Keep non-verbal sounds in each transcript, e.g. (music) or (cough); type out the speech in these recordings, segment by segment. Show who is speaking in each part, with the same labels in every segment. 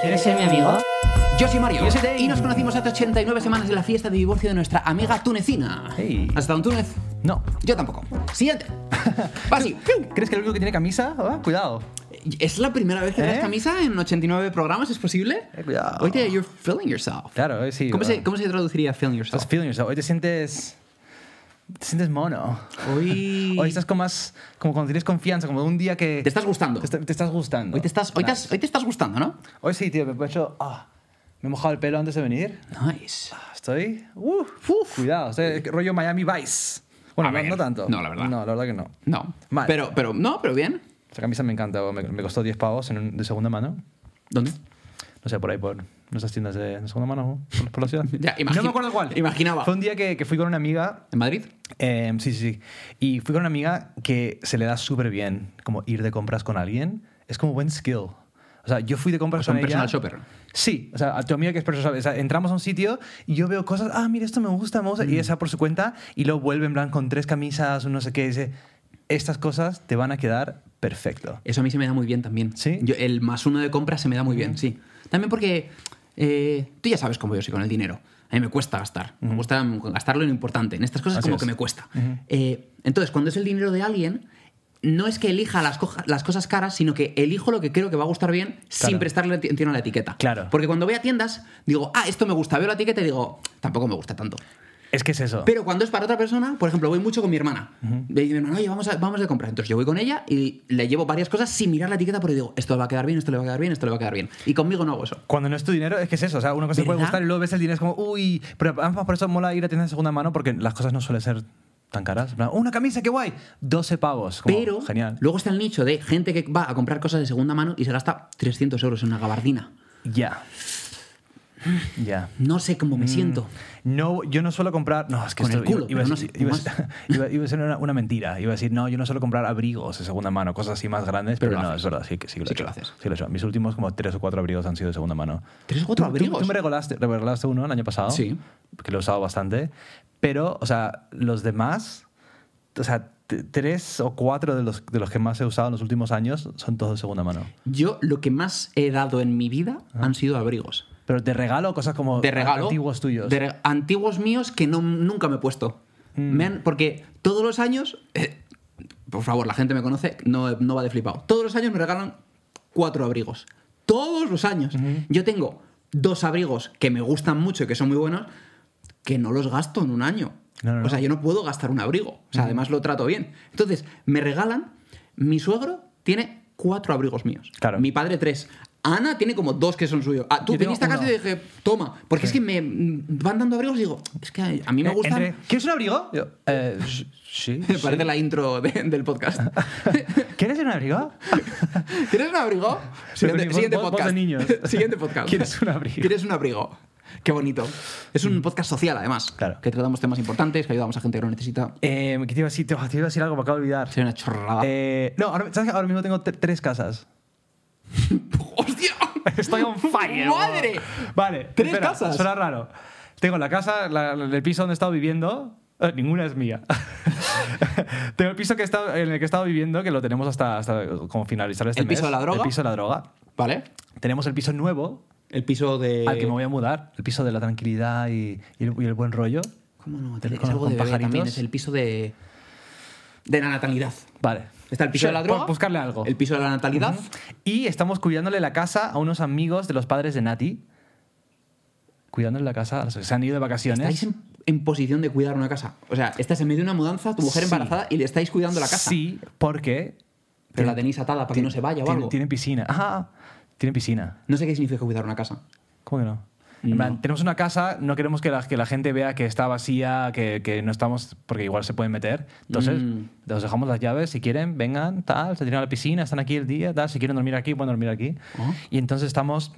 Speaker 1: ¿Quieres ser mi amigo?
Speaker 2: Yo soy Mario
Speaker 3: Yo soy Dave.
Speaker 2: y nos conocimos hace 89 semanas en la fiesta de divorcio de nuestra amiga tunecina.
Speaker 3: Hey.
Speaker 2: ¿Has estado en Túnez?
Speaker 3: No.
Speaker 2: Yo tampoco.
Speaker 3: (laughs)
Speaker 2: Siguiente. Basi.
Speaker 3: ¿Crees que el único que tiene camisa? Ah, cuidado.
Speaker 2: ¿Es la primera vez que traes
Speaker 3: ¿Eh?
Speaker 2: camisa en 89 programas? ¿Es posible?
Speaker 3: Eh, cuidado.
Speaker 2: Oye, you're feeling yourself.
Speaker 3: Claro, eh, sí.
Speaker 2: ¿Cómo,
Speaker 3: eh,
Speaker 2: se, ¿Cómo se traduciría feeling yourself?
Speaker 3: Estás feeling yourself. Hoy te sientes. Te sientes mono.
Speaker 2: Hoy-
Speaker 3: (laughs) Hoy estás con más. Como cuando tienes confianza, como de un día que.
Speaker 2: Te estás gustando.
Speaker 3: Te, está- te estás gustando.
Speaker 2: Hoy te estás, hoy te
Speaker 3: Nice.
Speaker 2: has- hoy te estás gustando, ¿no?
Speaker 3: Hoy sí, tío, me he hecho. ah, me he mojado el pelo antes de venir.
Speaker 2: Nice.
Speaker 3: Ah, Estoy. Uh,
Speaker 2: Uf.
Speaker 3: Cuidado, estoy rollo Miami Vice. Bueno,
Speaker 2: A
Speaker 3: no,
Speaker 2: ver,
Speaker 3: no tanto.
Speaker 2: no, la verdad.
Speaker 3: No, la verdad que no.
Speaker 2: No.
Speaker 3: Mal.
Speaker 2: Pero, pero, no, pero bien.
Speaker 3: Esta camisa me encanta, me, me costó 10 pavos en un- de segunda mano.
Speaker 2: ¿Dónde?
Speaker 3: No sé, por ahí, por nuestras tiendas de, de segunda mano, por, por la ciudad.
Speaker 2: (laughs) Ya, imagina-
Speaker 3: no me acuerdo cuál.
Speaker 2: imaginaba.
Speaker 3: Fue un día que, que fui con una amiga.
Speaker 2: ¿En Madrid?
Speaker 3: eh, sí, sí, sí. Y fui con una amiga que se le da súper bien, como ir de compras con alguien. Es como buen skill. O sea, yo fui de compras
Speaker 2: O sea,
Speaker 3: con
Speaker 2: un
Speaker 3: ella.
Speaker 2: personal shopper.
Speaker 3: Sí, o sea, a tu amiga que es personal shopper. O sea, entramos a un sitio y yo veo cosas. Ah, mira, esto me gusta, me gusta.
Speaker 2: Mm.
Speaker 3: Y ella se va por su cuenta y luego vuelve en plan con tres camisas, un no sé qué. Y dice, estas cosas te van a quedar perfecto.
Speaker 2: Eso a mí se me da muy bien también.
Speaker 3: ¿Sí?
Speaker 2: Yo- el más uno de compra se me da muy bien, sí. También porque eh, tú ya sabes cómo yo soy con el dinero. A mí me cuesta gastar. Me gusta gastarlo en lo importante. En estas cosas
Speaker 3: Así
Speaker 2: como
Speaker 3: es.
Speaker 2: que me cuesta. Eh, entonces, cuando es el dinero de alguien, no es que elija las, coja- las cosas caras, sino que elijo lo que creo que va a gustar bien sin
Speaker 3: Claro.
Speaker 2: prestarle ati- atención a la etiqueta.
Speaker 3: Claro.
Speaker 2: Porque cuando voy a tiendas, digo, ah, esto me gusta. Veo la etiqueta y digo, tampoco me gusta tanto.
Speaker 3: Es que es eso.
Speaker 2: Pero cuando es para otra persona, por ejemplo, voy mucho con mi hermana. Le digo, hermana, oye, vamos, a- vamos de compras. Entonces yo voy con ella y le llevo varias cosas sin mirar la etiqueta porque digo, esto le va a quedar bien, esto le va a quedar bien, esto le va a quedar bien. Y conmigo no hago eso.
Speaker 3: Cuando no es tu dinero, es que es eso. O sea, una cosa te puede
Speaker 2: ¿Verdad?
Speaker 3: gustar y luego ves el dinero es como, uy, pero además por eso mola ir a tiendas de segunda mano porque las cosas no suelen ser tan caras. En plan, una camisa, qué guay, 12 pavos. Como,
Speaker 2: Pero
Speaker 3: Genial.
Speaker 2: luego está el nicho de gente que va a comprar cosas de segunda mano y se gasta 300 euros en una gabardina.
Speaker 3: Ya. Ya.
Speaker 2: No sé cómo
Speaker 3: Mm.
Speaker 2: me siento.
Speaker 3: No, yo no suelo comprar. No, es que
Speaker 2: Con
Speaker 3: esto
Speaker 2: el culo,
Speaker 3: iba, iba a
Speaker 2: pero
Speaker 3: decir-
Speaker 2: no sé,
Speaker 3: iba a- iba- iba a ser (laughs) una, una mentira. Iba a decir, no, yo no suelo comprar abrigos de segunda mano, cosas así más grandes,
Speaker 2: Pero
Speaker 3: pero,
Speaker 2: lo
Speaker 3: no,
Speaker 2: haces.
Speaker 3: es verdad, sí que sí, que lo,
Speaker 2: Sí
Speaker 3: he
Speaker 2: que lo
Speaker 3: hecho.
Speaker 2: haces.
Speaker 3: Sí lo he hecho. Mis últimos como tres o cuatro abrigos han sido de segunda mano.
Speaker 2: ¿Tres o cuatro
Speaker 3: Tú- tú-
Speaker 2: abrigos?
Speaker 3: Tú, me regalaste, me regalaste uno el año pasado.
Speaker 2: Sí.
Speaker 3: Que lo he usado bastante. Pero, o sea, los demás, o sea, t- tres o cuatro de los, de los que más he usado en los últimos años son todos de segunda mano.
Speaker 2: Yo lo que más he dado en mi vida
Speaker 3: Ah.
Speaker 2: han sido abrigos.
Speaker 3: Pero te regalo cosas como
Speaker 2: de regalo.
Speaker 3: antiguos tuyos. Mm.
Speaker 2: de re- antiguos míos que no, nunca me he puesto. Me han- porque todos los años, eh, por favor, la gente me conoce, no, no va de flipado. Todos los años me regalan cuatro abrigos. Todos los años. Yo tengo dos abrigos que me gustan mucho y que son muy buenos, que no los gasto en un año.
Speaker 3: No, no,
Speaker 2: O sea,
Speaker 3: no.
Speaker 2: yo no puedo gastar un abrigo. O sea, además lo trato bien. Entonces, me regalan, mi suegro tiene cuatro abrigos míos.
Speaker 3: Claro.
Speaker 2: Mi padre tres. Ana tiene como dos que son suyos. Ah, tú
Speaker 3: Yo tengo
Speaker 2: viniste a casa
Speaker 3: uno.
Speaker 2: y dije, toma. Porque es que me mm, van dando abrigos y digo, es que a mí me
Speaker 3: Eh,
Speaker 2: gustan.
Speaker 3: entre- ¿Quieres un abrigo? Yo, eh, sí, (laughs) sí.
Speaker 2: (laughs) Me parece la intro de- del
Speaker 3: (laughs)
Speaker 2: podcast.
Speaker 3: ¿Quieres un (laughs) abrigo?
Speaker 2: ¿Tienes un abrigo? Siguiente,
Speaker 3: Voz-
Speaker 2: siguiente
Speaker 3: voz- voz de
Speaker 2: podcast.
Speaker 3: niños.
Speaker 2: (laughs) siguiente podcast.
Speaker 3: ¿Quieres un abrigo? Mm.
Speaker 2: ¿Quieres un abrigo? Qué bonito. Es un podcast social, además.
Speaker 3: Claro.
Speaker 2: Que tratamos temas importantes, que ayudamos a gente que lo necesita.
Speaker 3: Eh, ¿Qué te iba a decir? Te te iba a decir algo, me acabo de olvidar.
Speaker 2: Sería una chorrada.
Speaker 3: Eh, no, ahora, ¿sabes qué? ahora mismo tengo te- tres casas.
Speaker 2: (laughs) ¡Hostia!
Speaker 3: Estoy on (laughs) fire.
Speaker 2: (laughs) ¡Madre!
Speaker 3: Vale.
Speaker 2: ¿Tres
Speaker 3: espera,
Speaker 2: casas?
Speaker 3: Suena raro. Tengo la casa, la- el piso donde he estado viviendo. eh, ninguna es mía. (laughs) tengo el piso que he estado, en el que he estado viviendo, que lo tenemos hasta, hasta como finalizar este
Speaker 2: ¿El piso
Speaker 3: mes.
Speaker 2: de la droga?
Speaker 3: El piso de la droga.
Speaker 2: ¿Vale?
Speaker 3: Tenemos el piso nuevo,
Speaker 2: El piso de.
Speaker 3: al que me voy a mudar. El piso de la tranquilidad y, y el, y el buen rollo.
Speaker 2: ¿Cómo no?
Speaker 3: Con-
Speaker 2: Es algo
Speaker 3: con
Speaker 2: de bebé
Speaker 3: pajaritos.
Speaker 2: también. Es el piso de. de la natalidad.
Speaker 3: Vale.
Speaker 2: Está el piso
Speaker 3: Sure,
Speaker 2: de la
Speaker 3: bu-
Speaker 2: droga.
Speaker 3: Buscarle algo.
Speaker 2: El piso de la natalidad.
Speaker 3: Y estamos cuidándole la casa a unos amigos de los padres de Nati. Cuidándole la casa. o sea, Se han ido de
Speaker 2: Estáis
Speaker 3: vacaciones.
Speaker 2: en, en posición de cuidar una casa. O sea, estás en medio de una mudanza, tu mujer
Speaker 3: Sí.
Speaker 2: embarazada y le estáis cuidando la casa.
Speaker 3: Sí, porque.
Speaker 2: Pero la tenéis atada para que no se vaya o
Speaker 3: tiene-
Speaker 2: algo.
Speaker 3: Tiene piscina. Ajá. Tiene piscina.
Speaker 2: No sé qué significa cuidar una casa.
Speaker 3: ¿Cómo que no? En plan, tenemos una casa, no queremos que la, que la gente vea que está vacía, que, que no estamos, porque igual se pueden meter. Entonces,
Speaker 2: Mm.
Speaker 3: los dejamos las llaves, si quieren, vengan, tal, se tiran a la piscina, están aquí el día, tal, si quieren dormir aquí, pueden dormir aquí.
Speaker 2: Ah.
Speaker 3: Y entonces estamos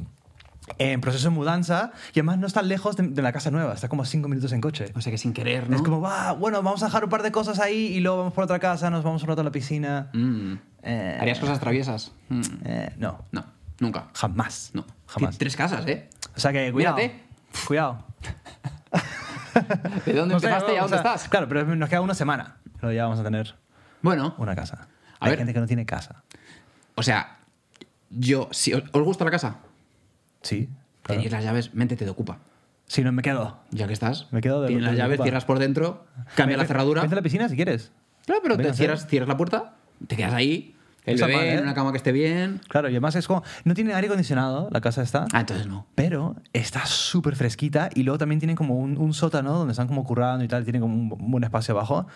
Speaker 3: en proceso de mudanza y además no está lejos de, de la casa nueva, está como a cinco minutos en coche.
Speaker 2: O sea, que sin querer, ¿no?
Speaker 3: Es como, va, bueno, vamos a dejar un par de cosas ahí y luego vamos por otra casa, nos vamos un rato a la piscina.
Speaker 2: Mm.
Speaker 3: Eh,
Speaker 2: Harías cosas traviesas. Mm.
Speaker 3: eh, no,
Speaker 2: No, nunca.
Speaker 3: jamás.
Speaker 2: No.
Speaker 3: jamás.
Speaker 2: Tres casas, ¿eh?
Speaker 3: O sea que, cuidado.
Speaker 2: Mírate.
Speaker 3: Cuidado. (laughs)
Speaker 2: ¿De dónde
Speaker 3: No sé,
Speaker 2: empezaste y a
Speaker 3: o
Speaker 2: dónde
Speaker 3: sea,
Speaker 2: estás?
Speaker 3: Claro, pero nos queda una semana. Pero ya vamos a tener
Speaker 2: Bueno,
Speaker 3: una casa.
Speaker 2: A
Speaker 3: Hay
Speaker 2: ver.
Speaker 3: gente que no tiene casa.
Speaker 2: o sea, Yo, si os, ¿os gusta la casa,
Speaker 3: Sí. claro.
Speaker 2: tenéis las llaves, métete de ocupa.
Speaker 3: Si no, me quedo.
Speaker 2: Ya que estás,
Speaker 3: Me quedo de
Speaker 2: tienes
Speaker 3: lo que
Speaker 2: las
Speaker 3: me
Speaker 2: llaves,
Speaker 3: ocupa.
Speaker 2: cierras
Speaker 3: (laughs)
Speaker 2: por dentro, cambia la
Speaker 3: Vete-
Speaker 2: cerradura.
Speaker 3: Vete a la piscina si quieres.
Speaker 2: Claro, pero
Speaker 3: Venga,
Speaker 2: te cierras, cierras la puerta, te quedas ahí,
Speaker 3: No
Speaker 2: el
Speaker 3: está
Speaker 2: bebé
Speaker 3: mal, ¿eh?
Speaker 2: en una cama que esté bien.
Speaker 3: Claro, y además es como. No tiene aire acondicionado, la casa está.
Speaker 2: Ah, entonces no.
Speaker 3: Pero está súper fresquita y luego también tienen como un, un sótano donde están como currando y tal, tienen como un, un buen espacio abajo.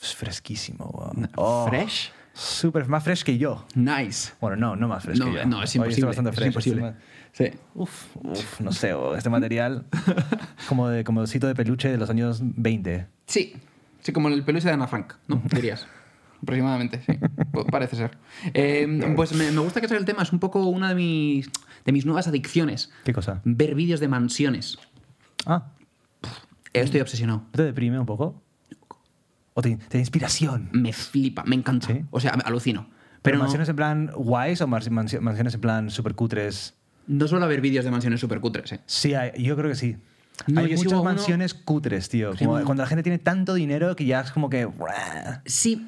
Speaker 3: Es fresquísimo, weón. Oh,
Speaker 2: ¿Fresh?
Speaker 3: Súper, más fresh que yo.
Speaker 2: Nice.
Speaker 3: Bueno, no, no más fresh que
Speaker 2: No,
Speaker 3: yo.
Speaker 2: no, es
Speaker 3: Hoy estoy
Speaker 2: imposible.
Speaker 3: bastante
Speaker 2: es
Speaker 3: fresh.
Speaker 2: imposible.
Speaker 3: estoy
Speaker 2: Sí.
Speaker 3: ma- Uf, uf, no sé, weón, este material como de como de osito de peluche de los años 20.
Speaker 2: Sí, sí, como el peluche de Ana Frank,
Speaker 3: (laughs)
Speaker 2: ¿no? Dirías. Aproximadamente, sí. Pu- Parece ser. Eh, pues me, me gusta que sea el tema, es un poco una de mis, de mis nuevas adicciones.
Speaker 3: ¿Qué cosa?
Speaker 2: Ver vídeos de mansiones.
Speaker 3: Ah,
Speaker 2: Estoy obsesionado.
Speaker 3: ¿no te deprime un poco? ¿O te, te da inspiración?
Speaker 2: Me flipa, me encanta.
Speaker 3: Sí.
Speaker 2: O sea, me alucino.
Speaker 3: ¿Pero
Speaker 2: Pero,
Speaker 3: mansiones en plan guays o mar- mansi- mansiones en plan super cutres?
Speaker 2: no suelo ver vídeos de mansiones súper cutres, ¿eh?
Speaker 3: Sí, hay- yo creo que sí.
Speaker 2: No,
Speaker 3: hay
Speaker 2: yo
Speaker 3: muchas
Speaker 2: sigo a uno-
Speaker 3: mansiones cutres, tío. Como
Speaker 2: Sí.
Speaker 3: cuando la gente tiene tanto dinero que ya es como que. "Buah".
Speaker 2: Sí,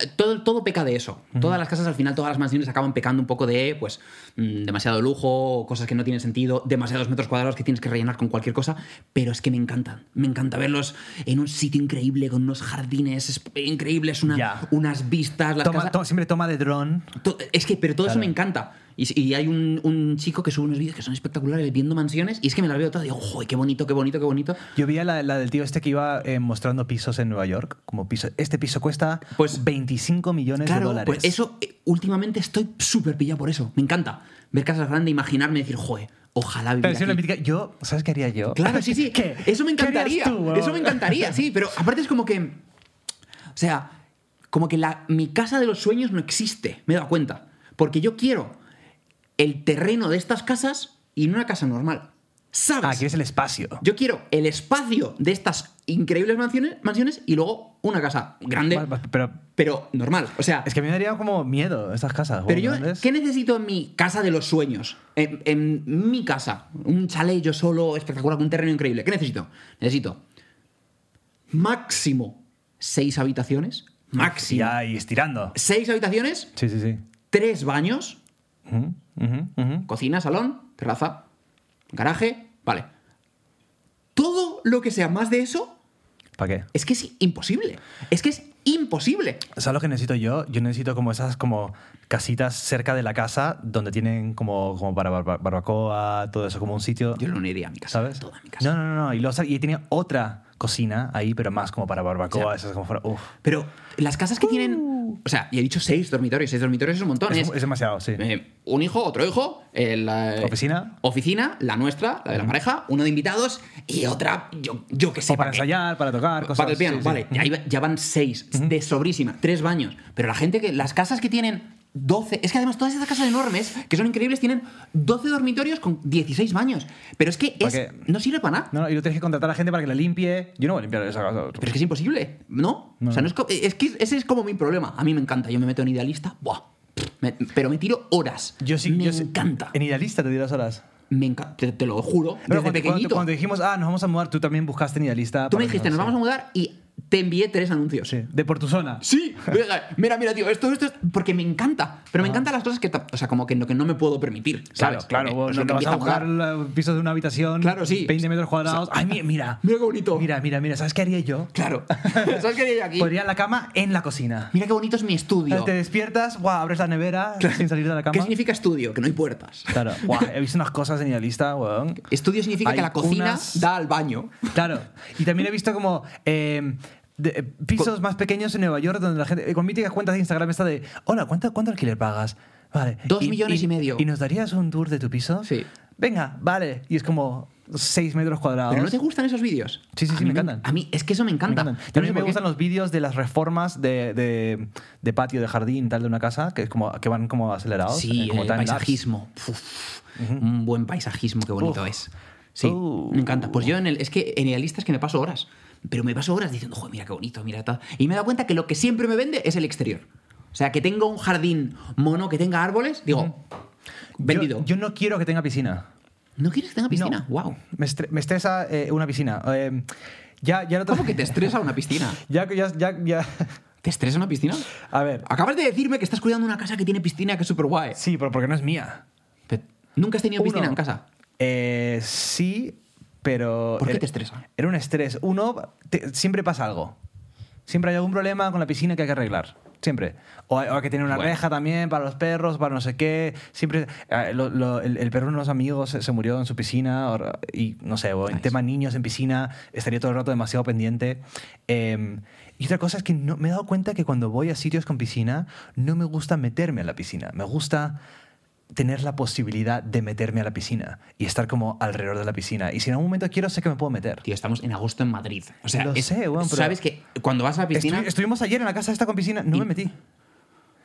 Speaker 2: eh, todo, todo peca de eso. Todas las casas al final, todas las mansiones acaban pecando un poco de, pues, mm, demasiado lujo, cosas que no tienen sentido, demasiados metros cuadrados que tienes que rellenar con cualquier cosa, pero es que me encantan. Me encanta verlos en un sitio increíble, con unos jardines es- increíbles, una-
Speaker 3: Ya.
Speaker 2: unas vistas, las
Speaker 3: Toma-
Speaker 2: casas-
Speaker 3: to- siempre toma de dron.
Speaker 2: To- Es que, pero todo eso
Speaker 3: Claro.
Speaker 2: me encanta. Y, si- y hay un, un chico que sube unos vídeos que son espectaculares viendo mansiones y es que me las veo todas y digo, "Joder, qué bonito, qué bonito, qué bonito!
Speaker 3: Yo vi la, la del tío este que iba eh, mostrando pisos en Nueva York. Como piso. Este piso cuesta
Speaker 2: Pues-
Speaker 3: 25 millones de
Speaker 2: Claro,
Speaker 3: dólares.
Speaker 2: pues eso, eh, últimamente estoy súper pillado por eso. Me encanta ver casas grandes, imaginarme y decir, joder, ojalá vivir
Speaker 3: Pero es una
Speaker 2: aquí".
Speaker 3: mítica- Yo, ¿sabes qué haría yo?
Speaker 2: Claro, sí, sí.
Speaker 3: (laughs) ¿Qué?
Speaker 2: Eso me
Speaker 3: ¿Qué harías
Speaker 2: encantaría.
Speaker 3: tú, weón?
Speaker 2: eso me encantaría, sí. Pero aparte es como que. O sea, como que la, mi casa de los sueños no existe, me he dado cuenta. Porque yo quiero el terreno de estas casas y no una casa normal. ¿Sabes?
Speaker 3: Ah, quieres el espacio.
Speaker 2: Yo quiero el espacio de estas increíbles mansiones, mansiones y luego una casa grande,
Speaker 3: Va- va- Pero
Speaker 2: pero normal. O sea,
Speaker 3: es que a mí me daría como miedo estas casas.
Speaker 2: pero
Speaker 3: weón,
Speaker 2: yo,
Speaker 3: grandes.
Speaker 2: ¿qué necesito en mi casa de los sueños? En, en mi casa, un chalet yo solo, espectacular, con un terreno increíble. ¿Qué necesito? Necesito máximo seis habitaciones. Máximo.
Speaker 3: Ya, y estirando.
Speaker 2: Seis habitaciones,
Speaker 3: Sí, sí, sí.
Speaker 2: tres baños,
Speaker 3: Ujú, ujú, ujú.
Speaker 2: cocina, salón, terraza, garaje, vale. Todo lo que sea más de eso
Speaker 3: ¿Para qué?
Speaker 2: es que es imposible. Es que es imposible.
Speaker 3: ¿Sabes lo que necesito yo? Yo necesito como esas como casitas cerca de la casa donde tienen como, como para barba- barbacoa, todo eso, como un sitio,
Speaker 2: Yo lo uniría a mi casa.
Speaker 3: ¿sabes?
Speaker 2: Toda mi casa.
Speaker 3: No, no, no, no. Y, luego sa- y tenía otra cocina ahí, pero más como para barbacoa,
Speaker 2: Ya.
Speaker 3: esas como fuera, uf.
Speaker 2: Pero las casas que tienen. O sea, y he dicho seis dormitorios. Seis dormitorios es un montón.
Speaker 3: Uh. Es,
Speaker 2: Es,
Speaker 3: es demasiado, sí.
Speaker 2: eh, un hijo, otro hijo. eh, la,
Speaker 3: Oficina.
Speaker 2: Oficina, la nuestra, la de la pareja, uno de invitados y otra, yo, yo que sé.
Speaker 3: o para
Speaker 2: qué.
Speaker 3: ensayar, para tocar, cosas.
Speaker 2: Para el piano,
Speaker 3: sí, sí.
Speaker 2: vale. Ya, iba- ya van seis, de sobrísima, tres baños. Pero la gente que. Las casas que tienen 12. Es que además todas estas casas enormes, que son increíbles, tienen 12 dormitorios con 16 baños. Pero es que es,
Speaker 3: Porque-
Speaker 2: no sirve para nada.
Speaker 3: No, no, y lo tienes que contratar a gente para que la limpie. Yo no voy a limpiar esa casa.
Speaker 2: Pero es que es imposible, ¿no?
Speaker 3: No,
Speaker 2: o
Speaker 3: no.
Speaker 2: sea, no es, co- es que ese es como mi problema. A mí me encanta, yo me meto en idealista, ¡buah! Me- pero me tiro horas.
Speaker 3: Yo sí,
Speaker 2: me
Speaker 3: yo sí-
Speaker 2: encanta.
Speaker 3: En idealista te di las horas.
Speaker 2: Me encanta, te, te lo juro.
Speaker 3: Pero cuando,
Speaker 2: desde
Speaker 3: cuando-
Speaker 2: pequeñito.
Speaker 3: cuando dijimos, ah, nos vamos a mudar, tú también buscaste en idealista.
Speaker 2: tú
Speaker 3: para
Speaker 2: me dijiste, nos
Speaker 3: sí.
Speaker 2: vamos a mudar y te envié tres anuncios.
Speaker 3: Sí, de por tu zona.
Speaker 2: Sí, venga, mira, mira, tío, esto, esto, esto, porque me encanta, pero me encantan las cosas que, ta- o sea, como que, no- que no me puedo permitir, ¿sabes?
Speaker 3: Ah. Claro, claro.
Speaker 2: Porque es
Speaker 3: No
Speaker 2: lo que
Speaker 3: te vas
Speaker 2: empieza
Speaker 3: a
Speaker 2: a
Speaker 3: buscar
Speaker 2: jugar.
Speaker 3: los pisos de una habitación.
Speaker 2: Claro, sí.
Speaker 3: 20 metros cuadrados. Ay, mi-
Speaker 2: (laughs)
Speaker 3: mira.
Speaker 2: Mira qué bonito.
Speaker 3: Mira, mira, mira. ¿Sabes qué haría yo? (laughs)
Speaker 2: Claro. ¿Sabes qué haría yo aquí?
Speaker 3: Pondría la cama en la cocina.
Speaker 2: Mira qué bonito es mi estudio.
Speaker 3: Te despiertas, guau, abres la nevera sin salir de la cama.
Speaker 2: ¿Qué significa estudio? Que no hay puertas.
Speaker 3: Claro. Guau, he visto unas cosas en idealista, weón.
Speaker 2: Estudio significa
Speaker 3: Hay
Speaker 2: que la cocina
Speaker 3: unas-
Speaker 2: da al baño.
Speaker 3: Claro. Y también he visto como eh, de- eh, pisos más pequeños en Nueva York donde la gente, eh, con míticas cuentas de Instagram está de, hola, ¿cuánto, cuánto alquiler pagas? Vale.
Speaker 2: Dos millones y medio.
Speaker 3: ¿Y nos darías un tour de tu piso?
Speaker 2: Sí.
Speaker 3: Venga, vale. Y es como 6 metros cuadrados.
Speaker 2: ¿Pero no te gustan esos vídeos?
Speaker 3: Sí, sí,
Speaker 2: A
Speaker 3: sí, me
Speaker 2: mí
Speaker 3: encantan.
Speaker 2: A mí es que eso me
Speaker 3: Me
Speaker 2: encanta.
Speaker 3: encantan.
Speaker 2: Yo no sé
Speaker 3: También me
Speaker 2: por qué.
Speaker 3: gustan los vídeos de las reformas de, de- de patio, de jardín, tal, de una casa, que, es como, que van como acelerados. eh,
Speaker 2: Sí,
Speaker 3: como
Speaker 2: el
Speaker 3: time-lapse.
Speaker 2: paisajismo. Uf, Un buen paisajismo, qué bonito
Speaker 3: Uf.
Speaker 2: es. Sí,
Speaker 3: Uh.
Speaker 2: me encanta. Pues yo en el, es que en el lista es que me paso horas. Pero me paso horas diciendo, joder, mira qué bonito, mira tal. Y me he dado cuenta que lo que siempre me vende es el exterior. O sea, que tenga un jardín mono, que tenga árboles, digo,
Speaker 3: Yo-
Speaker 2: vendido.
Speaker 3: Yo, no quiero que tenga piscina.
Speaker 2: ¿No quieres que tenga piscina?
Speaker 3: No.
Speaker 2: Wow.
Speaker 3: Me, estre- me estresa eh, una piscina. Eh, ya, ya no (laughs)
Speaker 2: ¿Cómo que te estresa una piscina?
Speaker 3: Ya, (laughs) ya, ya, ya-
Speaker 2: ¿Te estresa una piscina?
Speaker 3: A ver.
Speaker 2: Acabas de decirme que estás cuidando una casa que tiene piscina, que es súper guay.
Speaker 3: Sí, pero porque no es mía.
Speaker 2: ¿Nunca has tenido
Speaker 3: Uno,
Speaker 2: piscina en casa?
Speaker 3: eh, sí, pero.
Speaker 2: ¿Por qué
Speaker 3: era-
Speaker 2: te estresa?
Speaker 3: Era un estrés. Uno, te- siempre pasa algo. Siempre hay algún problema con la piscina que hay que arreglar. Siempre. O hay, o hay que tener una
Speaker 2: Bueno.
Speaker 3: reja también para los perros, para no sé qué. Siempre. eh, lo- lo- el, el perro de unos amigos se, se murió en su piscina. o- y no sé, o en
Speaker 2: Nice.
Speaker 3: tema niños en piscina, estaría todo el rato demasiado pendiente. Eh, y otra cosa es que no, me he dado cuenta que cuando voy a sitios con piscina, no me gusta meterme a la piscina. Me gusta tener la posibilidad de meterme a la piscina y estar como alrededor de la piscina. Y si en algún momento quiero, sé que me puedo meter.
Speaker 2: Tío, estamos en agosto en Madrid. O sea,
Speaker 3: Lo
Speaker 2: es-
Speaker 3: sé, weón, pero-
Speaker 2: sabes que cuando vas a la piscina.
Speaker 3: Estu- estuvimos ayer en la casa esta con piscina, no
Speaker 2: Y-
Speaker 3: me metí.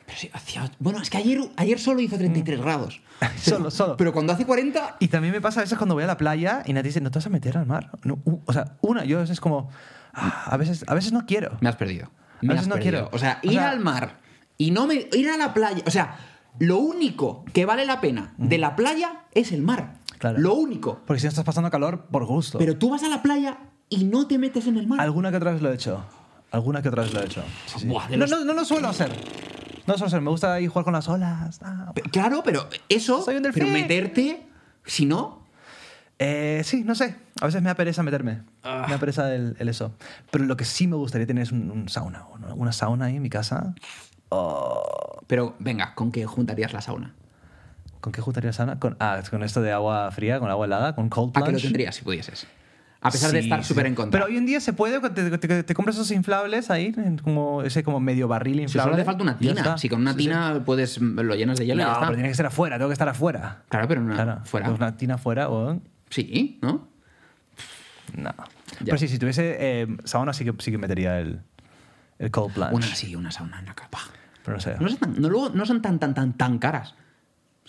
Speaker 2: Pero sí, hacía- bueno, es que ayer, ayer solo hizo 33 (laughs) grados.
Speaker 3: Solo, solo.
Speaker 2: Pero cuando hace 40.
Speaker 3: Y también me pasa a veces cuando voy a la playa y Nati dice, ¿no te vas a meter al mar? No, u- o sea, una, yo a veces como, "Ah, a, veces, a veces no quiero.
Speaker 2: Me has perdido. Me
Speaker 3: veces
Speaker 2: has
Speaker 3: no
Speaker 2: perdido.
Speaker 3: quiero.
Speaker 2: O sea,
Speaker 3: O
Speaker 2: ir
Speaker 3: sea-
Speaker 2: al mar y no me. ir a la playa. O sea, lo único que vale la pena de la playa es el mar.
Speaker 3: Claro.
Speaker 2: Lo único.
Speaker 3: Porque si no estás pasando calor, por gusto.
Speaker 2: Pero tú vas a la playa y no te metes en el mar.
Speaker 3: Alguna que otra vez lo he hecho. Alguna que otra vez lo he hecho. Sí, sí.
Speaker 2: Buah, de
Speaker 3: no,
Speaker 2: los-
Speaker 3: no, no lo suelo hacer. No lo suelo hacer. Me gusta ahí jugar con las olas. Ah.
Speaker 2: Pe- Claro, pero eso.
Speaker 3: Soy un delfín.
Speaker 2: pero meterte. Si no.
Speaker 3: Eh, sí, no sé. A veces me da pereza meterme.
Speaker 2: Ah.
Speaker 3: Me da pereza el, el eso. Pero lo que sí me gustaría tener es un, un sauna. ¿no? Una sauna ahí en mi casa.
Speaker 2: Pero venga, ¿con qué juntarías la sauna?
Speaker 3: ¿Con qué juntaría sauna? Con, ah, con esto de agua fría, con agua helada, con cold
Speaker 2: ¿A
Speaker 3: plunge.
Speaker 2: qué Ah, lo tendrías si pudieses? A pesar de
Speaker 3: Sí,
Speaker 2: estar
Speaker 3: sí.
Speaker 2: súper en contra.
Speaker 3: Pero hoy en día se puede, te, te- te compras esos inflables ahí, en como ese como medio barril
Speaker 2: Si
Speaker 3: inflable.
Speaker 2: solo te falta una
Speaker 3: y ya
Speaker 2: tina.
Speaker 3: está.
Speaker 2: Si con una
Speaker 3: Sí, sí.
Speaker 2: tina puedes lo llenas de hielo y
Speaker 3: No,
Speaker 2: ya está.
Speaker 3: pero tiene que ser afuera, tengo que estar afuera.
Speaker 2: Claro, pero una
Speaker 3: Claro,
Speaker 2: fuera.
Speaker 3: pues Una tina afuera o...
Speaker 2: Sí, ¿no?
Speaker 3: No. Pero sí, si tuviese eh, sauna sí que, sí que metería el, el cold plunge.
Speaker 2: Una sí, una sauna en la capa.
Speaker 3: Pero no sé.
Speaker 2: No son tan, no, luego, no son tan, tan, tan, tan caras.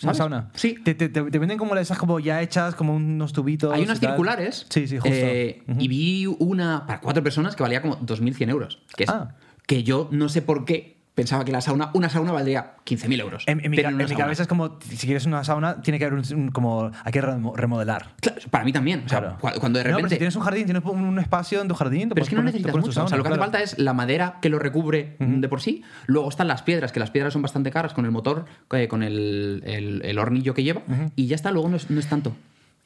Speaker 3: Una
Speaker 2: ¿sabes?
Speaker 3: sauna.
Speaker 2: Sí.
Speaker 3: Te, te- te- te venden como esas como ya hechas, como unos tubitos.
Speaker 2: Hay unas
Speaker 3: y tal.
Speaker 2: circulares.
Speaker 3: Sí, sí, justo.
Speaker 2: eh,
Speaker 3: Ujú.
Speaker 2: Y vi una para cuatro personas que valía como 2.100 euros. Que, es-
Speaker 3: Ah.
Speaker 2: que yo no sé por qué pensaba que la sauna, una sauna valdría 15.000 euros.
Speaker 3: En, en mi,
Speaker 2: pero
Speaker 3: ca-
Speaker 2: no
Speaker 3: en mi
Speaker 2: sauna.
Speaker 3: cabeza es como, si quieres una sauna, tiene que haber un, un- como, hay que remo- remodelar.
Speaker 2: Claro, para mí también. O sea,
Speaker 3: Claro.
Speaker 2: cu- cuando de
Speaker 3: No,
Speaker 2: repente.
Speaker 3: pero si tienes un jardín, tienes un, un espacio en tu jardín, te
Speaker 2: Pero
Speaker 3: pones-
Speaker 2: es que no
Speaker 3: pones- te
Speaker 2: necesitas
Speaker 3: pones tu
Speaker 2: mucho. o sea,
Speaker 3: sauna,
Speaker 2: lo que hace
Speaker 3: claro.
Speaker 2: falta es la madera que lo recubre de por sí. Luego están las piedras, que las piedras son bastante caras con el motor, eh, con el, el- el hornillo que lleva. Y ya está, luego no es, no es tanto.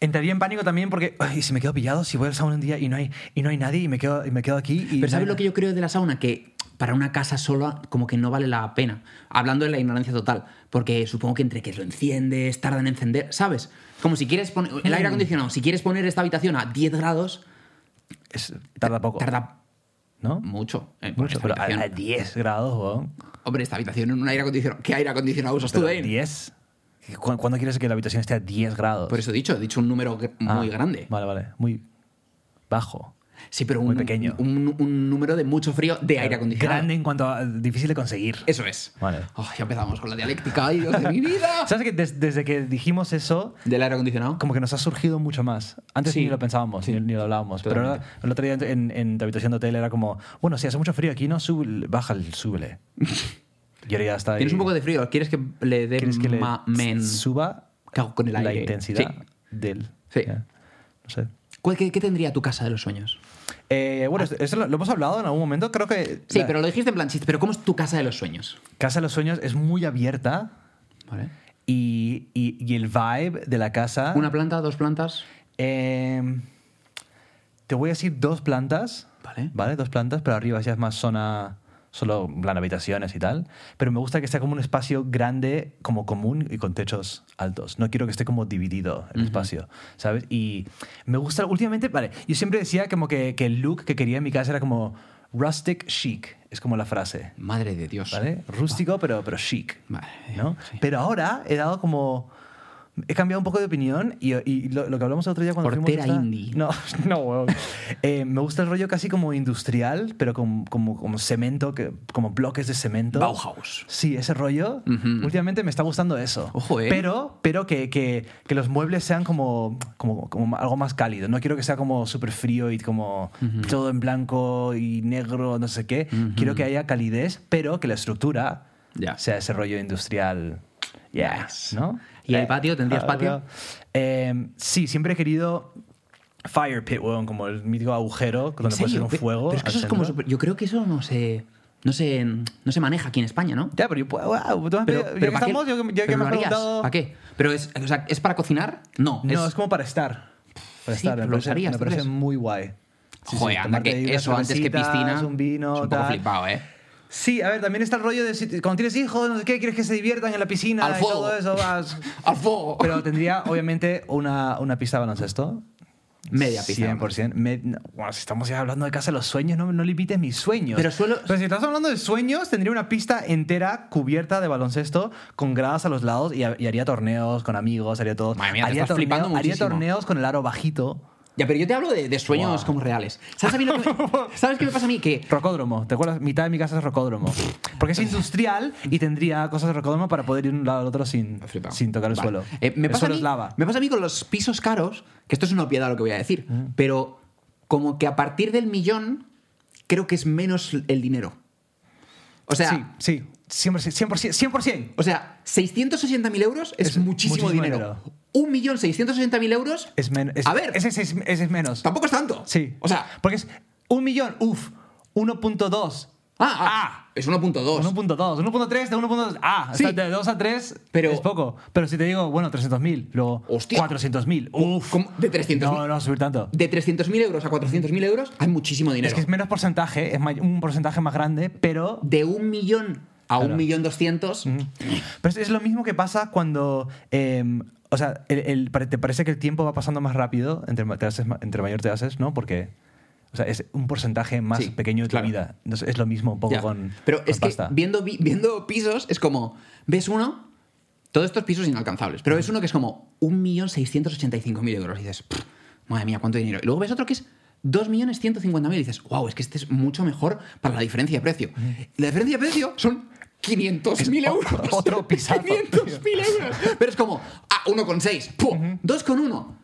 Speaker 3: Entraría en pánico también porque, ay, si me quedo pillado, si voy al sauna un día y no hay, y no hay nadie y me quedo, y me quedo aquí. Y
Speaker 2: Pero ¿sabes lo que yo creo de la sauna? Que para una casa sola como que no vale la pena. Hablando de la ignorancia total. Porque supongo que entre que lo enciendes, tarda en encender, ¿sabes? Como si quieres poner el
Speaker 3: Hmm.
Speaker 2: aire acondicionado, si quieres poner esta habitación a 10 grados,
Speaker 3: Es- tarda poco.
Speaker 2: tarda
Speaker 3: ¿No?
Speaker 2: mucho. en poner
Speaker 3: Mucho,
Speaker 2: esta
Speaker 3: pero a, a
Speaker 2: habitación.
Speaker 3: 10 grados, weón.
Speaker 2: Hombre, esta habitación en un aire acondicionado. ¿Qué aire acondicionado usas tú,
Speaker 3: Pero
Speaker 2: Dane?
Speaker 3: 10. ¿Cu- ¿Cuándo quieres que la habitación esté a 10 grados?
Speaker 2: Por eso he dicho, he dicho un número gr-
Speaker 3: Ah,
Speaker 2: muy grande.
Speaker 3: Vale, vale. Muy bajo.
Speaker 2: Sí, pero un,
Speaker 3: muy pequeño.
Speaker 2: Un, un número de mucho frío de aire acondicionado.
Speaker 3: Grande en cuanto a difícil de conseguir.
Speaker 2: Eso es.
Speaker 3: Vale.
Speaker 2: Oh, ya empezamos con la dialéctica. ¡Ay, Dios de mi
Speaker 3: (laughs)
Speaker 2: vida!
Speaker 3: ¿Sabes que des- desde que dijimos eso,
Speaker 2: ¿Del aire acondicionado?
Speaker 3: como que nos ha surgido mucho más. Antes
Speaker 2: Sí.
Speaker 3: ni lo pensábamos, ni, ni lo hablábamos. Pero
Speaker 2: Totalmente.
Speaker 3: ahora, el otro día en, en tu habitación de hotel era como, bueno, si hace mucho frío aquí, no, sube, baja, súbele. Y ahora ya está ahí.
Speaker 2: Tienes un poco de frío. ¿Quieres que le dé
Speaker 3: ¿Quieres que le
Speaker 2: ma- men?
Speaker 3: suba
Speaker 2: Cago con el
Speaker 3: la
Speaker 2: aire.
Speaker 3: intensidad
Speaker 2: Sí.
Speaker 3: del...
Speaker 2: Sí.
Speaker 3: Ya. No sé.
Speaker 2: ¿Cuál- qué, qué tendría tu casa de los sueños?
Speaker 3: Eh, bueno, esto- esto lo, lo hemos hablado en algún momento, creo que...
Speaker 2: Ah. Sí,
Speaker 3: la
Speaker 2: pero lo dijiste en plan chiste. ¿Pero cómo es tu casa de los sueños?
Speaker 3: Casa de los Sueños es muy abierta
Speaker 2: Vale.
Speaker 3: y, y- y el vibe de la casa...
Speaker 2: ¿Una planta, dos plantas?
Speaker 3: Eh, te voy a decir dos plantas.
Speaker 2: Vale.
Speaker 3: Dos plantas, pero arriba ya es más zona, solo en plan habitaciones y tal. Pero me gusta que sea como un espacio grande, como común y con techos altos. No quiero que esté como dividido el espacio, ¿sabes? Y me gusta, últimamente, vale, yo siempre decía como que, que el look que quería en mi casa era como rustic chic, es como la frase,
Speaker 2: Madre de Dios.
Speaker 3: ¿vale? Rústico, pero, pero chic.
Speaker 2: Vale,
Speaker 3: ¿no?
Speaker 2: sí.
Speaker 3: Pero ahora he dado como. He cambiado un poco de opinión y, y lo, lo que hablamos el otro día cuando fuimos
Speaker 2: Portera
Speaker 3: a esta-
Speaker 2: indie.
Speaker 3: No, (laughs) no, weón. Eh, me gusta el rollo casi como industrial, pero con, como, como cemento, que, como bloques de cemento.
Speaker 2: Bauhaus.
Speaker 3: Sí, ese rollo.
Speaker 2: Ujú.
Speaker 3: Últimamente me está gustando eso.
Speaker 2: Ojo, eh.
Speaker 3: Pero, pero que, que- que los muebles sean como, como, como algo más cálido. No quiero que sea como súper frío y como todo en blanco y negro, no sé qué. Quiero que haya calidez, pero que la estructura
Speaker 2: Ya.
Speaker 3: sea ese rollo industrial. Yes,
Speaker 2: Nice.
Speaker 3: ¿no?
Speaker 2: ¿Y el
Speaker 3: Eh,
Speaker 2: patio? ¿Tendrías
Speaker 3: ah,
Speaker 2: patio?
Speaker 3: eh, sí, siempre he querido fire pit, weón, como el mítico agujero donde
Speaker 2: ¿En
Speaker 3: puedes hacer
Speaker 2: serio?
Speaker 3: un
Speaker 2: Pe-
Speaker 3: fuego.
Speaker 2: pero es que
Speaker 3: al
Speaker 2: eso es como
Speaker 3: centro.
Speaker 2: súper- Yo creo que eso no sé. no se, no se maneja aquí en España, ¿no?
Speaker 3: Ya, pero yo puedo. wow, tú me has
Speaker 2: Pero,
Speaker 3: pedido- ya
Speaker 2: pero
Speaker 3: que
Speaker 2: ¿para
Speaker 3: estamos,
Speaker 2: qué?
Speaker 3: yo, que- yo que me
Speaker 2: ¿Pero
Speaker 3: has
Speaker 2: lo harías?
Speaker 3: preguntado.
Speaker 2: ¿Para qué? Pero es, o sea, ¿es para cocinar? No.
Speaker 3: No, es, como para estar. Para
Speaker 2: Sí,
Speaker 3: estar, me
Speaker 2: pero lo
Speaker 3: parece,
Speaker 2: usarías,
Speaker 3: me
Speaker 2: ¿tú
Speaker 3: parece
Speaker 2: crees?
Speaker 3: muy guay.
Speaker 2: Joder, anda,
Speaker 3: tomarte ahí
Speaker 2: que
Speaker 3: unas
Speaker 2: eso antes que
Speaker 3: cervecitas,
Speaker 2: piscina.
Speaker 3: Un vino,
Speaker 2: es un poco
Speaker 3: tal.
Speaker 2: flipado, ¿eh?
Speaker 3: Sí, a ver, también está el rollo de si, cuando tienes hijos, no sé qué, quieres que se diviertan en la piscina
Speaker 2: Al
Speaker 3: y
Speaker 2: fuego.
Speaker 3: todo eso. vas.
Speaker 2: (laughs) ¡Al fuego!
Speaker 3: Pero tendría, obviamente, una, una pista de baloncesto.
Speaker 2: Media pista.
Speaker 3: 100%. Me- no, bueno, si estamos ya hablando de casa de los sueños, no, no limites mis sueños.
Speaker 2: Pero suelo-
Speaker 3: si estás hablando de sueños, tendría una pista entera cubierta de baloncesto con gradas a los lados y, ha- y haría torneos con amigos, haría todo.
Speaker 2: Madre mía, te
Speaker 3: haría,
Speaker 2: estás flipando
Speaker 3: haría
Speaker 2: muchísimo.
Speaker 3: torneos con el aro bajito.
Speaker 2: Ya, pero yo te hablo de, de sueños
Speaker 3: Guau.
Speaker 2: como reales. ¿Sabes, a mí lo que (laughs) me- ¿Sabes qué me pasa a mí? Que
Speaker 3: Rocódromo, ¿te acuerdas? Mitad de mi casa es rocódromo. Porque es industrial y tendría cosas de rocódromo para poder ir de un lado al otro sin,
Speaker 2: Me ha flipado.
Speaker 3: sin tocar el
Speaker 2: Vale.
Speaker 3: suelo.
Speaker 2: Eh, me,
Speaker 3: el
Speaker 2: pasa a
Speaker 3: suelo
Speaker 2: mí,
Speaker 3: es lava.
Speaker 2: me pasa a mí con los pisos caros, que esto es una obviedad lo que voy a decir,
Speaker 3: Mm.
Speaker 2: pero como que a partir del millón creo que es menos el dinero. O sea,
Speaker 3: sí, sí. 100%, 100%, 100%.
Speaker 2: o sea 660.000 euros es,
Speaker 3: Es
Speaker 2: muchísimo,
Speaker 3: muchísimo
Speaker 2: dinero.
Speaker 3: dinero.
Speaker 2: 1.660.000 euros
Speaker 3: Es menos.
Speaker 2: A ver.
Speaker 3: Ese, es- ese es menos.
Speaker 2: tampoco es tanto.
Speaker 3: Sí.
Speaker 2: O sea,
Speaker 3: Porque es un millón, uff, 1.2.
Speaker 2: ah, ah, es 1.2.
Speaker 3: 1.2, 1.3 de 1.2. Ah, o sea,
Speaker 2: Sí.
Speaker 3: de 2 a 3
Speaker 2: Pero-
Speaker 3: es poco. Pero si te digo, bueno, 300.000, luego
Speaker 2: Hostia.
Speaker 3: 400.000. Uf.
Speaker 2: ¿Cómo? De 300.000.
Speaker 3: No, no, subir tanto.
Speaker 2: De 300.000 euros a 400.000 euros hay muchísimo dinero.
Speaker 3: Es que es menos porcentaje, es may- un porcentaje más grande, pero
Speaker 2: De un millón a
Speaker 3: Claro.
Speaker 2: un millón doscientos.
Speaker 3: Pero es- es lo mismo que pasa cuando. eh, o sea, el- el- pare- te parece que el tiempo va pasando más rápido entre, ma- te haces ma- entre mayor te haces, ¿no? Porque. O sea, es un porcentaje más
Speaker 2: Sí,
Speaker 3: pequeño de tu
Speaker 2: claro.
Speaker 3: vida. Entonces, es lo mismo un poco
Speaker 2: Ya.
Speaker 3: con.
Speaker 2: Pero
Speaker 3: con
Speaker 2: es que
Speaker 3: pasta.
Speaker 2: viendo, vi- viendo pisos es como, ves uno, todos estos pisos inalcanzables, pero ves uno que es como 1.685.000 euros y dices, "Pff, madre mía, cuánto dinero. Y luego ves otro que es 2.150.000 y dices, wow, es que este es mucho mejor para la diferencia de precio. Y la diferencia de precio son 500.000
Speaker 3: Es
Speaker 2: euros.
Speaker 3: otro- (laughs)
Speaker 2: (laughs)
Speaker 3: otro pisazo,
Speaker 2: 500.000 euros. Pero es como, ah, 1,6, ¡pum! 2,1.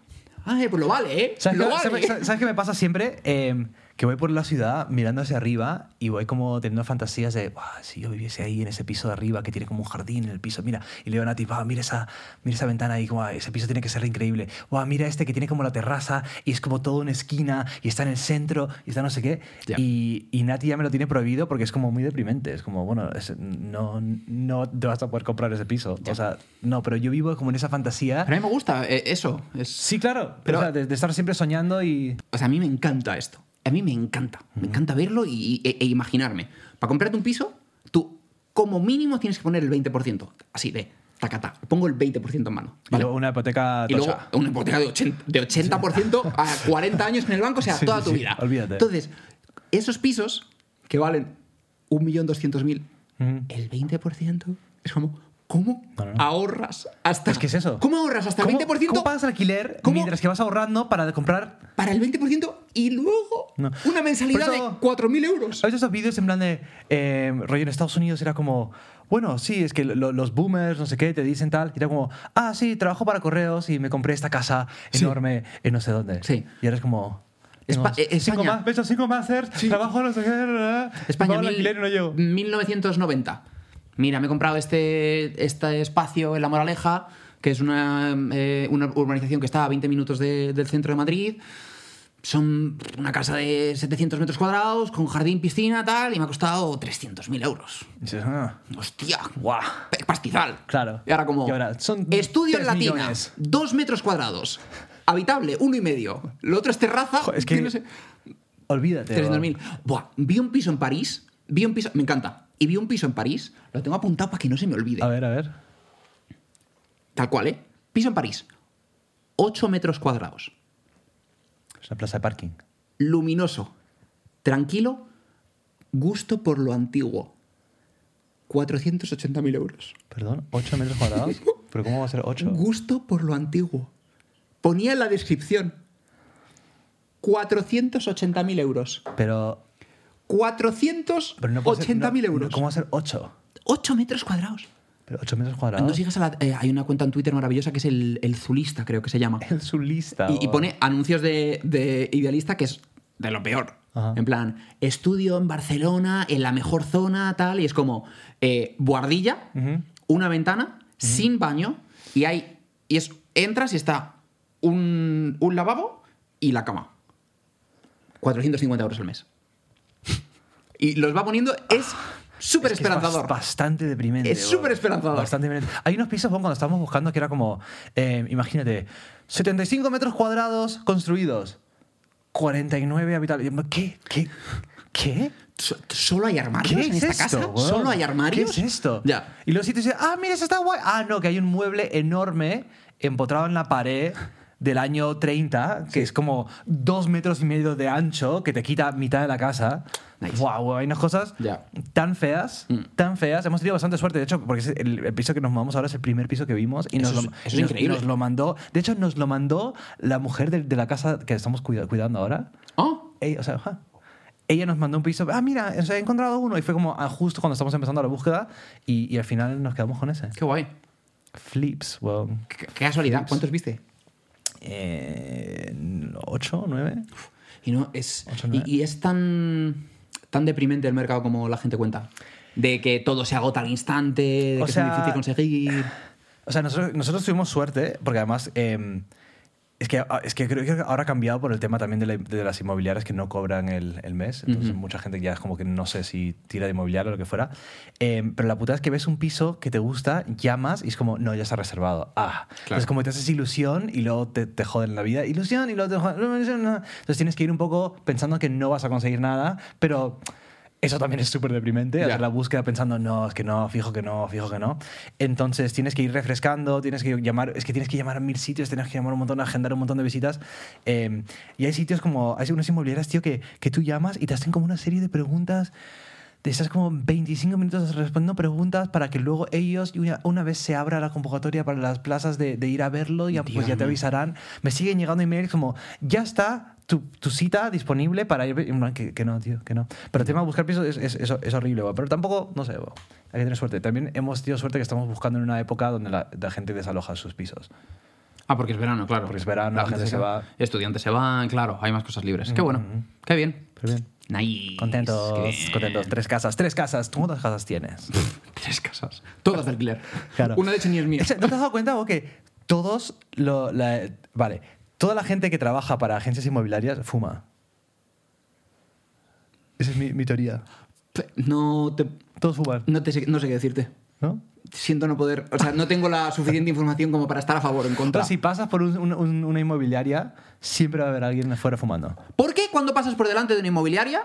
Speaker 2: Ay, pues lo vale, ¿eh?
Speaker 3: ¿Sabes,
Speaker 2: lo
Speaker 3: qué,
Speaker 2: vale.
Speaker 3: sabes- sabes- sabes qué me pasa siempre? Eh, que voy por la ciudad mirando hacia arriba y voy como teniendo fantasías de, "Buah, si yo viviese ahí en ese piso de arriba que tiene como un jardín en el piso, mira, y le digo a Nati, "Buah, mira esa, mira esa ventana ahí, guau, ese piso tiene que ser increíble, Buah, mira este que tiene como la terraza y es como toda una esquina y está en el centro y está no sé qué.
Speaker 2: Ya.
Speaker 3: Y, y Nati ya me lo tiene prohibido porque es como muy deprimente, es como, bueno, es- no, no te vas a poder comprar ese piso. O sea, no, pero yo vivo como en esa fantasía.
Speaker 2: Pero a mí me gusta eh, eso. Es,
Speaker 3: Sí, claro,
Speaker 2: Pero-
Speaker 3: pero, de, de estar siempre soñando y...
Speaker 2: O sea, a mí me encanta esto. A mí me encanta. Me encanta verlo y, e, e imaginarme. Para comprarte un piso, tú como mínimo tienes que poner el 20%. Así de, tacata. Pongo el 20% en mano.
Speaker 3: Y
Speaker 2: ¿vale?
Speaker 3: luego una hipoteca
Speaker 2: Y luego
Speaker 3: tocha.
Speaker 2: una hipoteca de 80%, de 80% a 40 años en el banco, o sea,
Speaker 3: Sí,
Speaker 2: toda
Speaker 3: sí,
Speaker 2: tu
Speaker 3: sí.
Speaker 2: vida.
Speaker 3: Olvídate.
Speaker 2: Entonces, esos pisos que valen 1.200.000,
Speaker 3: Mm.
Speaker 2: el 20% es como, ¿cómo
Speaker 3: No, no, no.
Speaker 2: ahorras hasta...
Speaker 3: Es que es eso.
Speaker 2: ¿Cómo ahorras hasta el
Speaker 3: ¿Cómo-
Speaker 2: 20%?
Speaker 3: ¿Cómo pagas alquiler
Speaker 2: ¿Cómo?
Speaker 3: mientras que vas ahorrando para comprar?
Speaker 2: para el 20% y luego
Speaker 3: No.
Speaker 2: una mensalidad
Speaker 3: Por eso-
Speaker 2: de 4.000 euros.
Speaker 3: ¿Has visto esos vídeos en plan de eh, rollo en Estados Unidos? Era como, bueno, sí, es que lo- los boomers, no sé qué, te dicen tal. Y era como, ah, sí, trabajo para correos y me compré esta casa
Speaker 2: Sí.
Speaker 3: enorme en no sé dónde.
Speaker 2: Sí.
Speaker 3: Y ahora es como... tengo
Speaker 2: Espa- eh,
Speaker 3: cinco
Speaker 2: España.
Speaker 3: más, he hecho cinco másters,
Speaker 2: Sí.
Speaker 3: trabajo no sé qué, eh, pago
Speaker 2: España,
Speaker 3: el
Speaker 2: mil- Mm.
Speaker 3: alquiler y no llego.
Speaker 2: 1990. Mira, me he comprado este, este espacio en La Moraleja, que es una, eh, una urbanización que está a 20 minutos de- del centro de Madrid. Son una casa de 700 metros cuadrados, con jardín, piscina, tal, y me ha costado 300.000 euros.
Speaker 3: Y dices, ah,
Speaker 2: ¡Hostia!
Speaker 3: guau.
Speaker 2: Pe- Pastizal.
Speaker 3: Claro.
Speaker 2: Y ahora como...
Speaker 3: Y ahora, son
Speaker 2: estudio en
Speaker 3: tres
Speaker 2: latina,
Speaker 3: millones.
Speaker 2: dos metros cuadrados, habitable, uno y medio. Lo otro es terraza.
Speaker 3: Jo, es que-
Speaker 2: no sé-
Speaker 3: Olvídate.
Speaker 2: 300.000. Buah, vi un piso en París. Vi un piso. Me encanta. Y vi un piso en París. Lo tengo apuntado para que no se me olvide.
Speaker 3: A ver, a ver.
Speaker 2: Tal cual, ¿eh? Piso en París. 8 metros cuadrados.
Speaker 3: Es una plaza de parking.
Speaker 2: Luminoso. Tranquilo. Gusto por lo antiguo. 480.000 euros.
Speaker 3: Perdón, 8 metros cuadrados. ¿Pero cómo va a ser 8?
Speaker 2: Gusto por lo antiguo. Ponía en la descripción. 480.000 euros.
Speaker 3: Pero, pero no puede ser-
Speaker 2: 480.000
Speaker 3: no-
Speaker 2: euros.
Speaker 3: ¿Cómo va a ser 8?
Speaker 2: 8 metros cuadrados.
Speaker 3: Pero 8 metros
Speaker 2: No
Speaker 3: cuadrados.
Speaker 2: sigas a la- eh, hay una cuenta en Twitter maravillosa que es el, el Zulista, creo que se llama.
Speaker 3: En su lista. oh.
Speaker 2: Y, y
Speaker 3: guau.
Speaker 2: pone anuncios de, de Idealista que es de lo peor.
Speaker 3: Ajá.
Speaker 2: En plan, estudio en Barcelona, en la mejor zona, tal. Y es como eh, guardilla,
Speaker 3: Ujú.
Speaker 2: una ventana, sin baño, y hay. Y es. Entras y está un, un lavabo y la cama. 450 euros al mes. Y los va poniendo, es Súper
Speaker 3: Es que es bas-
Speaker 2: esperanzador.
Speaker 3: bastante deprimente.
Speaker 2: Es
Speaker 3: bro.
Speaker 2: súper esperanzador.
Speaker 3: Bastante deprimente. Hay unos pisos, bueno, cuando estábamos buscando, que era como, eh, imagínate, 75 metros cuadrados construidos, 49 habitables. ¿Qué? ¿Qué? ¿Qué?
Speaker 2: So- ¿Solo hay armarios
Speaker 3: ¿Qué
Speaker 2: en
Speaker 3: es
Speaker 2: esta
Speaker 3: esto,
Speaker 2: casa?
Speaker 3: weón?
Speaker 2: ¿Solo hay armarios?
Speaker 3: ¿Qué es esto?
Speaker 2: Ya.
Speaker 3: Y los sitios dicen, ah, mira, eso está guay. Ah, no, que hay un mueble enorme empotrado en la pared del año 30, que es como dos metros y medio de ancho, que te quita mitad de la casa.
Speaker 2: Nice.
Speaker 3: Wow, hay unas cosas
Speaker 2: Ya.
Speaker 3: tan feas,
Speaker 2: Mm.
Speaker 3: tan feas. Hemos tenido bastante suerte, de hecho, porque es el, el piso que nos mudamos ahora es el primer piso que vimos. Y
Speaker 2: Eso
Speaker 3: nos, lo,
Speaker 2: es- eso es
Speaker 3: y nos-
Speaker 2: increíble.
Speaker 3: nos lo mandó, de hecho, nos lo mandó la mujer de, de la casa que estamos cuida- cuidando ahora.
Speaker 2: Oh,
Speaker 3: Ella, o sea, ajá. Ella nos mandó un piso. Ah, mira, o sea, he encontrado uno. Y fue como ah, justo cuando estamos empezando la búsqueda. Y, y al final nos quedamos con ese.
Speaker 2: qué guay.
Speaker 3: Flips, wow.
Speaker 2: Qué, qué casualidad. ¿Cuántos viste?
Speaker 3: Eh, ¿Ocho? ¿Nueve?
Speaker 2: Y no es
Speaker 3: Ocho,
Speaker 2: y,
Speaker 3: nueve.
Speaker 2: y es tan tan deprimente el mercado como la gente cuenta. De que todo se agota al instante, de
Speaker 3: O
Speaker 2: que
Speaker 3: sea,
Speaker 2: es muy difícil conseguir.
Speaker 3: O sea, nosotros, nosotros tuvimos suerte, porque además. eh, es que, ah, es que creo que ahora ha cambiado por el tema también de, la- de las inmobiliarias que no cobran el, el mes. Entonces, mucha gente ya es como que no sé si tira de inmobiliario o lo que fuera. Eh, pero la putada es que ves un piso que te gusta, llamas y es como, no, ya está reservado. Ah, entonces como te haces ilusión y luego te, te joden la vida. Ilusión y luego te joden. ilusión, ah. Entonces tienes que ir un poco pensando que no vas a conseguir nada, pero. Eso también es súper deprimente,
Speaker 2: Ya.
Speaker 3: hacer la búsqueda pensando, no, es que no, fijo que no, fijo que no. Entonces tienes que ir refrescando, tienes que llamar, es que tienes que llamar a mil sitios, tienes que llamar un montón, agendar un montón de visitas. Eh, y hay sitios como, hay unas inmobiliarias, tío, que, que tú llamas y te hacen como una serie de preguntas. Te estás como 25 minutos respondiendo preguntas para que luego ellos, una, una vez se abra la convocatoria para las plazas de, de ir a verlo, ya, pues
Speaker 2: Dios
Speaker 3: ya te
Speaker 2: mío.
Speaker 3: avisarán. Me siguen llegando emails como, ya está tu, tu cita disponible para ir. Y en plan, Que, que no, tío, que no. Pero el tema de buscar pisos es, es, es- es horrible, güey. Pero tampoco, no sé, güey. Hay que tener suerte. También hemos tenido suerte que estamos buscando en una época donde la, la gente desaloja sus pisos.
Speaker 2: (sighs) Ah, porque es verano, claro.
Speaker 3: Porque es verano, la gente se va.
Speaker 2: Estudiantes se van, claro, hay más cosas libres. Qué bueno, qué bien.
Speaker 3: Pero bien.
Speaker 2: Nice. qué
Speaker 3: Contentos,
Speaker 2: bien.
Speaker 3: contentos. Tres casas, tres casas. ¿Tú cuántas casas tienes?
Speaker 2: Tres casas. Todas de alquiler.
Speaker 3: (laughs) Claro.
Speaker 2: Una de hecho ni es mía.
Speaker 3: O sea, ¿No te has dado cuenta o que todos lo- la- vale, toda la gente que trabaja para agencias inmobiliarias fuma? Esa es mi, mi teoría.
Speaker 2: No te,
Speaker 3: Todos fuman,
Speaker 2: no te sé- no sé qué decirte.
Speaker 3: ¿no?
Speaker 2: Siento no poder, o sea, no tengo la suficiente información como para estar a favor o en contra.
Speaker 3: Entonces, si pasas por un- un- un- una inmobiliaria, siempre va a haber alguien afuera fumando.
Speaker 2: ¿Por qué cuando pasas por delante de una inmobiliaria,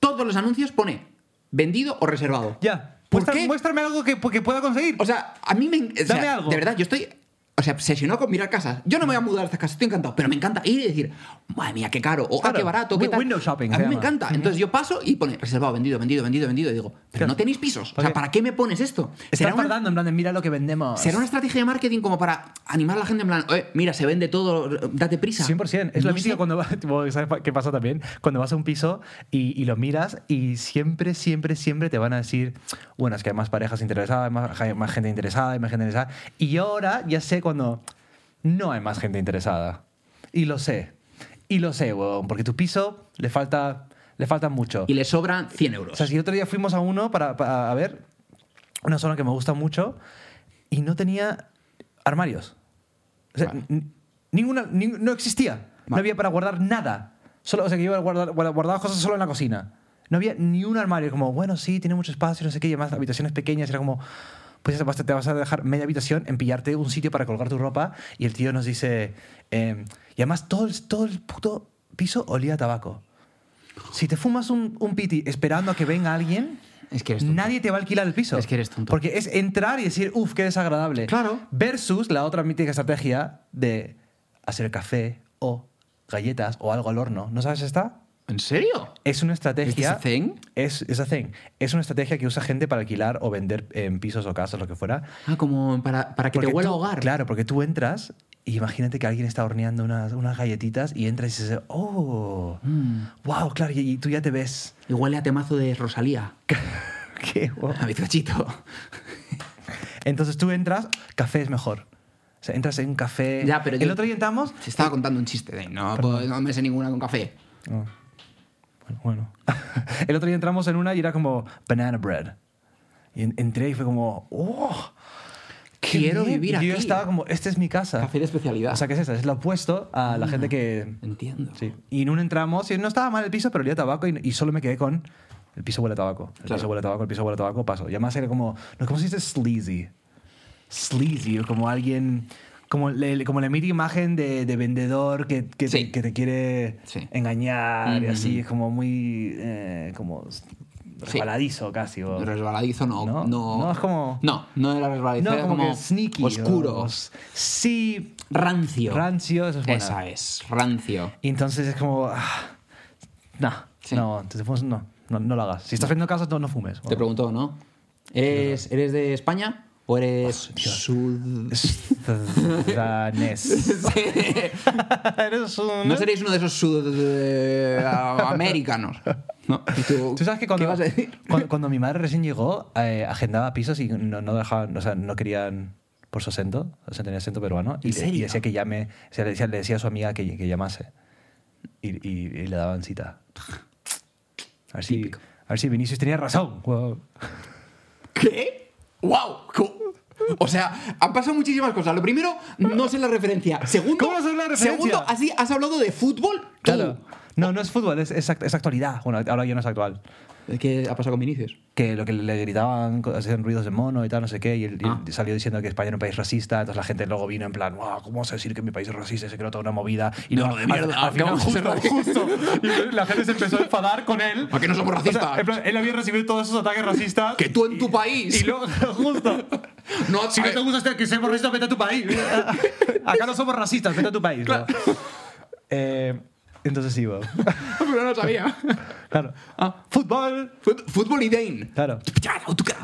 Speaker 2: todos los anuncios pone vendido o reservado?
Speaker 3: Ya.
Speaker 2: ¿Por
Speaker 3: muéstrame,
Speaker 2: qué?
Speaker 3: muéstrame algo que, que pueda conseguir.
Speaker 2: O sea, a mí me. en- o sea,
Speaker 3: Dame algo.
Speaker 2: De verdad, yo estoy. O sea, obsesionado con mirar casas. Yo no me voy a mudar a estas casas, estoy encantado. Pero me encanta ir y decir, madre mía, qué caro, o ah,
Speaker 3: Claro.
Speaker 2: qué barato, qué
Speaker 3: Wi-
Speaker 2: tal.
Speaker 3: window shopping
Speaker 2: A
Speaker 3: se
Speaker 2: mí me
Speaker 3: llama.
Speaker 2: encanta. Entonces yo paso y pone reservado, vendido, vendido, vendido, vendido. Y digo, pero
Speaker 3: Claro.
Speaker 2: no tenéis pisos. O sea,
Speaker 3: Ok.
Speaker 2: ¿para qué me pones esto?
Speaker 3: Están
Speaker 2: una-
Speaker 3: tardando en plan de mira lo que vendemos.
Speaker 2: ¿Será una estrategia de marketing como para animar a la gente en plan, "Oye, mira, se vende todo, date prisa?
Speaker 3: 100%. Es lo
Speaker 2: No
Speaker 3: mismo
Speaker 2: sé.
Speaker 3: cuando vas, (laughs) tipo, ¿sabes pa- qué pasa también? Cuando vas a un piso y, y lo miras y siempre, siempre, siempre te van a decir, bueno, es que hay más parejas interesadas, hay más, hay más gente interesada, hay más gente interesada. Y ahora ya sé cuando no hay más gente interesada. Y lo sé. Y lo sé, huevón, porque tu piso le falta, le falta mucho.
Speaker 2: Y le sobran 100 euros.
Speaker 3: O sea, si el otro día fuimos a uno para, para- a ver una zona que me gusta mucho y no tenía armarios. O sea,
Speaker 2: Vale.
Speaker 3: n- ninguna, nin- no existía. No
Speaker 2: Vale.
Speaker 3: había para guardar nada. Solo, o sea, que yo guardar- guardaba, cosas solo en la cocina. No había ni un armario. Como, bueno, sí, tiene mucho espacio, no sé qué, y además habitaciones pequeñas. Era como, pues ya vas- te vas a dejar media habitación en pillarte un sitio para colgar tu ropa. Y el tío nos dice, eh, y además todo el, todo el puto piso olía a tabaco. Si te fumas un, un piti esperando a que venga alguien,
Speaker 2: es que eres tonto.
Speaker 3: nadie te va a alquilar el piso.
Speaker 2: Es que eres tonto.
Speaker 3: Porque es entrar y decir, uff, qué desagradable.
Speaker 2: Claro.
Speaker 3: Versus la otra mítica estrategia de hacer café o galletas o algo al horno. ¿No sabes esta?
Speaker 2: ¿En serio?
Speaker 3: Es una estrategia.
Speaker 2: ¿Is this a thing?
Speaker 3: Es, es a thing. Es una estrategia que usa gente para alquilar o vender en pisos o casas, lo que fuera.
Speaker 2: Ah, como para, para que te
Speaker 3: Porque
Speaker 2: huela a
Speaker 3: tú-
Speaker 2: hogar.
Speaker 3: Claro, porque tú entras y imagínate que alguien está horneando unas, unas galletitas y entras y dices, oh,
Speaker 2: Mm.
Speaker 3: wow, claro, y, y tú ya te
Speaker 2: (laughs)
Speaker 3: ves.
Speaker 2: Y huele a temazo de Rosalía.
Speaker 3: Qué guau.
Speaker 2: A bizcochito.
Speaker 3: Entonces tú entras, café es mejor. O sea, entras en un café.
Speaker 2: Ya, pero
Speaker 3: El
Speaker 2: yo-
Speaker 3: otro día entramos.
Speaker 2: (laughs) Se estaba contando un chiste de no, puedo- no me sé ninguna con café.
Speaker 3: Oh. Bueno, bueno. (laughs) El otro día entramos en una y era como banana bread. Y en- entré y fue como, ¡oh! qué
Speaker 2: Quiero
Speaker 3: bien.
Speaker 2: vivir
Speaker 3: Y Yo
Speaker 2: aquí.
Speaker 3: estaba como, esta es mi casa.
Speaker 2: Café Ah. de especialidad.
Speaker 3: O sea, ¿qué es esta? Es lo opuesto a la gente que.
Speaker 2: Entiendo.
Speaker 3: Sí. Y en un entramos y no estaba mal el piso, pero olía a tabaco y, y solo me quedé con. El piso huele a tabaco. El
Speaker 2: Claro.
Speaker 3: piso huele a tabaco, el piso huele a tabaco, paso. Y además era como, no, ¿cómo se dice sleazy? Sleazy, o como alguien, como, le, como la mítica imagen de, de vendedor que, que,
Speaker 2: Sí.
Speaker 3: te, que te quiere
Speaker 2: Sí.
Speaker 3: engañar y
Speaker 2: Mm,
Speaker 3: así, es como muy, eh, como resbaladizo casi. o-
Speaker 2: Resbaladizo no.
Speaker 3: No,
Speaker 2: No,
Speaker 3: no, es como-
Speaker 2: No, no era resbaladizo.
Speaker 3: no,
Speaker 2: era
Speaker 3: como, que sneaky.
Speaker 2: Oscuro.
Speaker 3: o- sí,
Speaker 2: rancio.
Speaker 3: rancio, eso es bueno.
Speaker 2: Esa es, rancio.
Speaker 3: Y entonces es como. ah, no,
Speaker 2: Sí.
Speaker 3: no, entonces pues, no, no, no lo hagas. Si estás viendo casas, no, no fumes. (laughs)
Speaker 2: Te pregunto, ¿no? ¿Eres, ¿Eres de España o eres sud...
Speaker 3: Sudanés.
Speaker 2: (laughs) Sí.
Speaker 3: Eres un.
Speaker 2: No seréis uno de esos
Speaker 3: (laughs)
Speaker 2: sudamericanos. No. ¿Y
Speaker 3: Tú sabes que cuando,
Speaker 2: ¿Qué vas a decir?
Speaker 3: cuando, cuando mi madre recién llegó, eh, agendaba pisos y no, no dejaban, o sea, no querían por su acento, o sea, tenía acento peruano, y,
Speaker 2: ¿En
Speaker 3: le-
Speaker 2: serio?
Speaker 3: y decía que llame, o sea, le, decía, le decía a su amiga que, que llamase, y, y- y le daban
Speaker 2: (laughs)
Speaker 3: cita. A ver, si, a ver si Vinicius tenía razón. Wow.
Speaker 2: ¿Qué? ¡Wow! Co- O sea, han pasado muchísimas cosas. Lo primero, no sé la referencia. Segundo,
Speaker 3: ¿Cómo no sé la referencia?
Speaker 2: Segundo, así has hablado de fútbol. tú.
Speaker 3: Claro. No, no es fútbol, es, es act- es actualidad. Bueno, ahora ya no es actual.
Speaker 2: ¿Qué ha pasado con Vinicius?
Speaker 3: Que lo que le gritaban, hacían ruidos de mono y tal, no sé qué, y él, y él
Speaker 2: Ah.
Speaker 3: salió diciendo que España era un país racista, entonces la gente luego vino en plan, wow, ¿cómo vas a decir que mi país es racista? Y Se creó toda una movida. Y
Speaker 2: No,
Speaker 3: luego,
Speaker 2: de mierda,
Speaker 3: al, al final,
Speaker 2: acabamos de
Speaker 3: justo,
Speaker 2: ser
Speaker 3: justo. Y la gente se empezó a enfadar con él.
Speaker 2: ¿A que no somos racistas?
Speaker 3: en plan, él había recibido todos esos ataques racistas.
Speaker 2: Que tú en tu país.
Speaker 3: Y luego, (laughs) justo.
Speaker 2: No,
Speaker 3: Si no te gusta este- que seamos racistas, vete a tu
Speaker 2: (laughs)
Speaker 3: país. Acá no somos racistas, vete a tu país. ¿no? Eh, entonces sí, bueno.
Speaker 2: (laughs) pero no sabía.
Speaker 3: (laughs) Claro.
Speaker 2: Ah.
Speaker 3: Fútbol.
Speaker 2: Fut- Fútbol y Dane.
Speaker 3: Claro.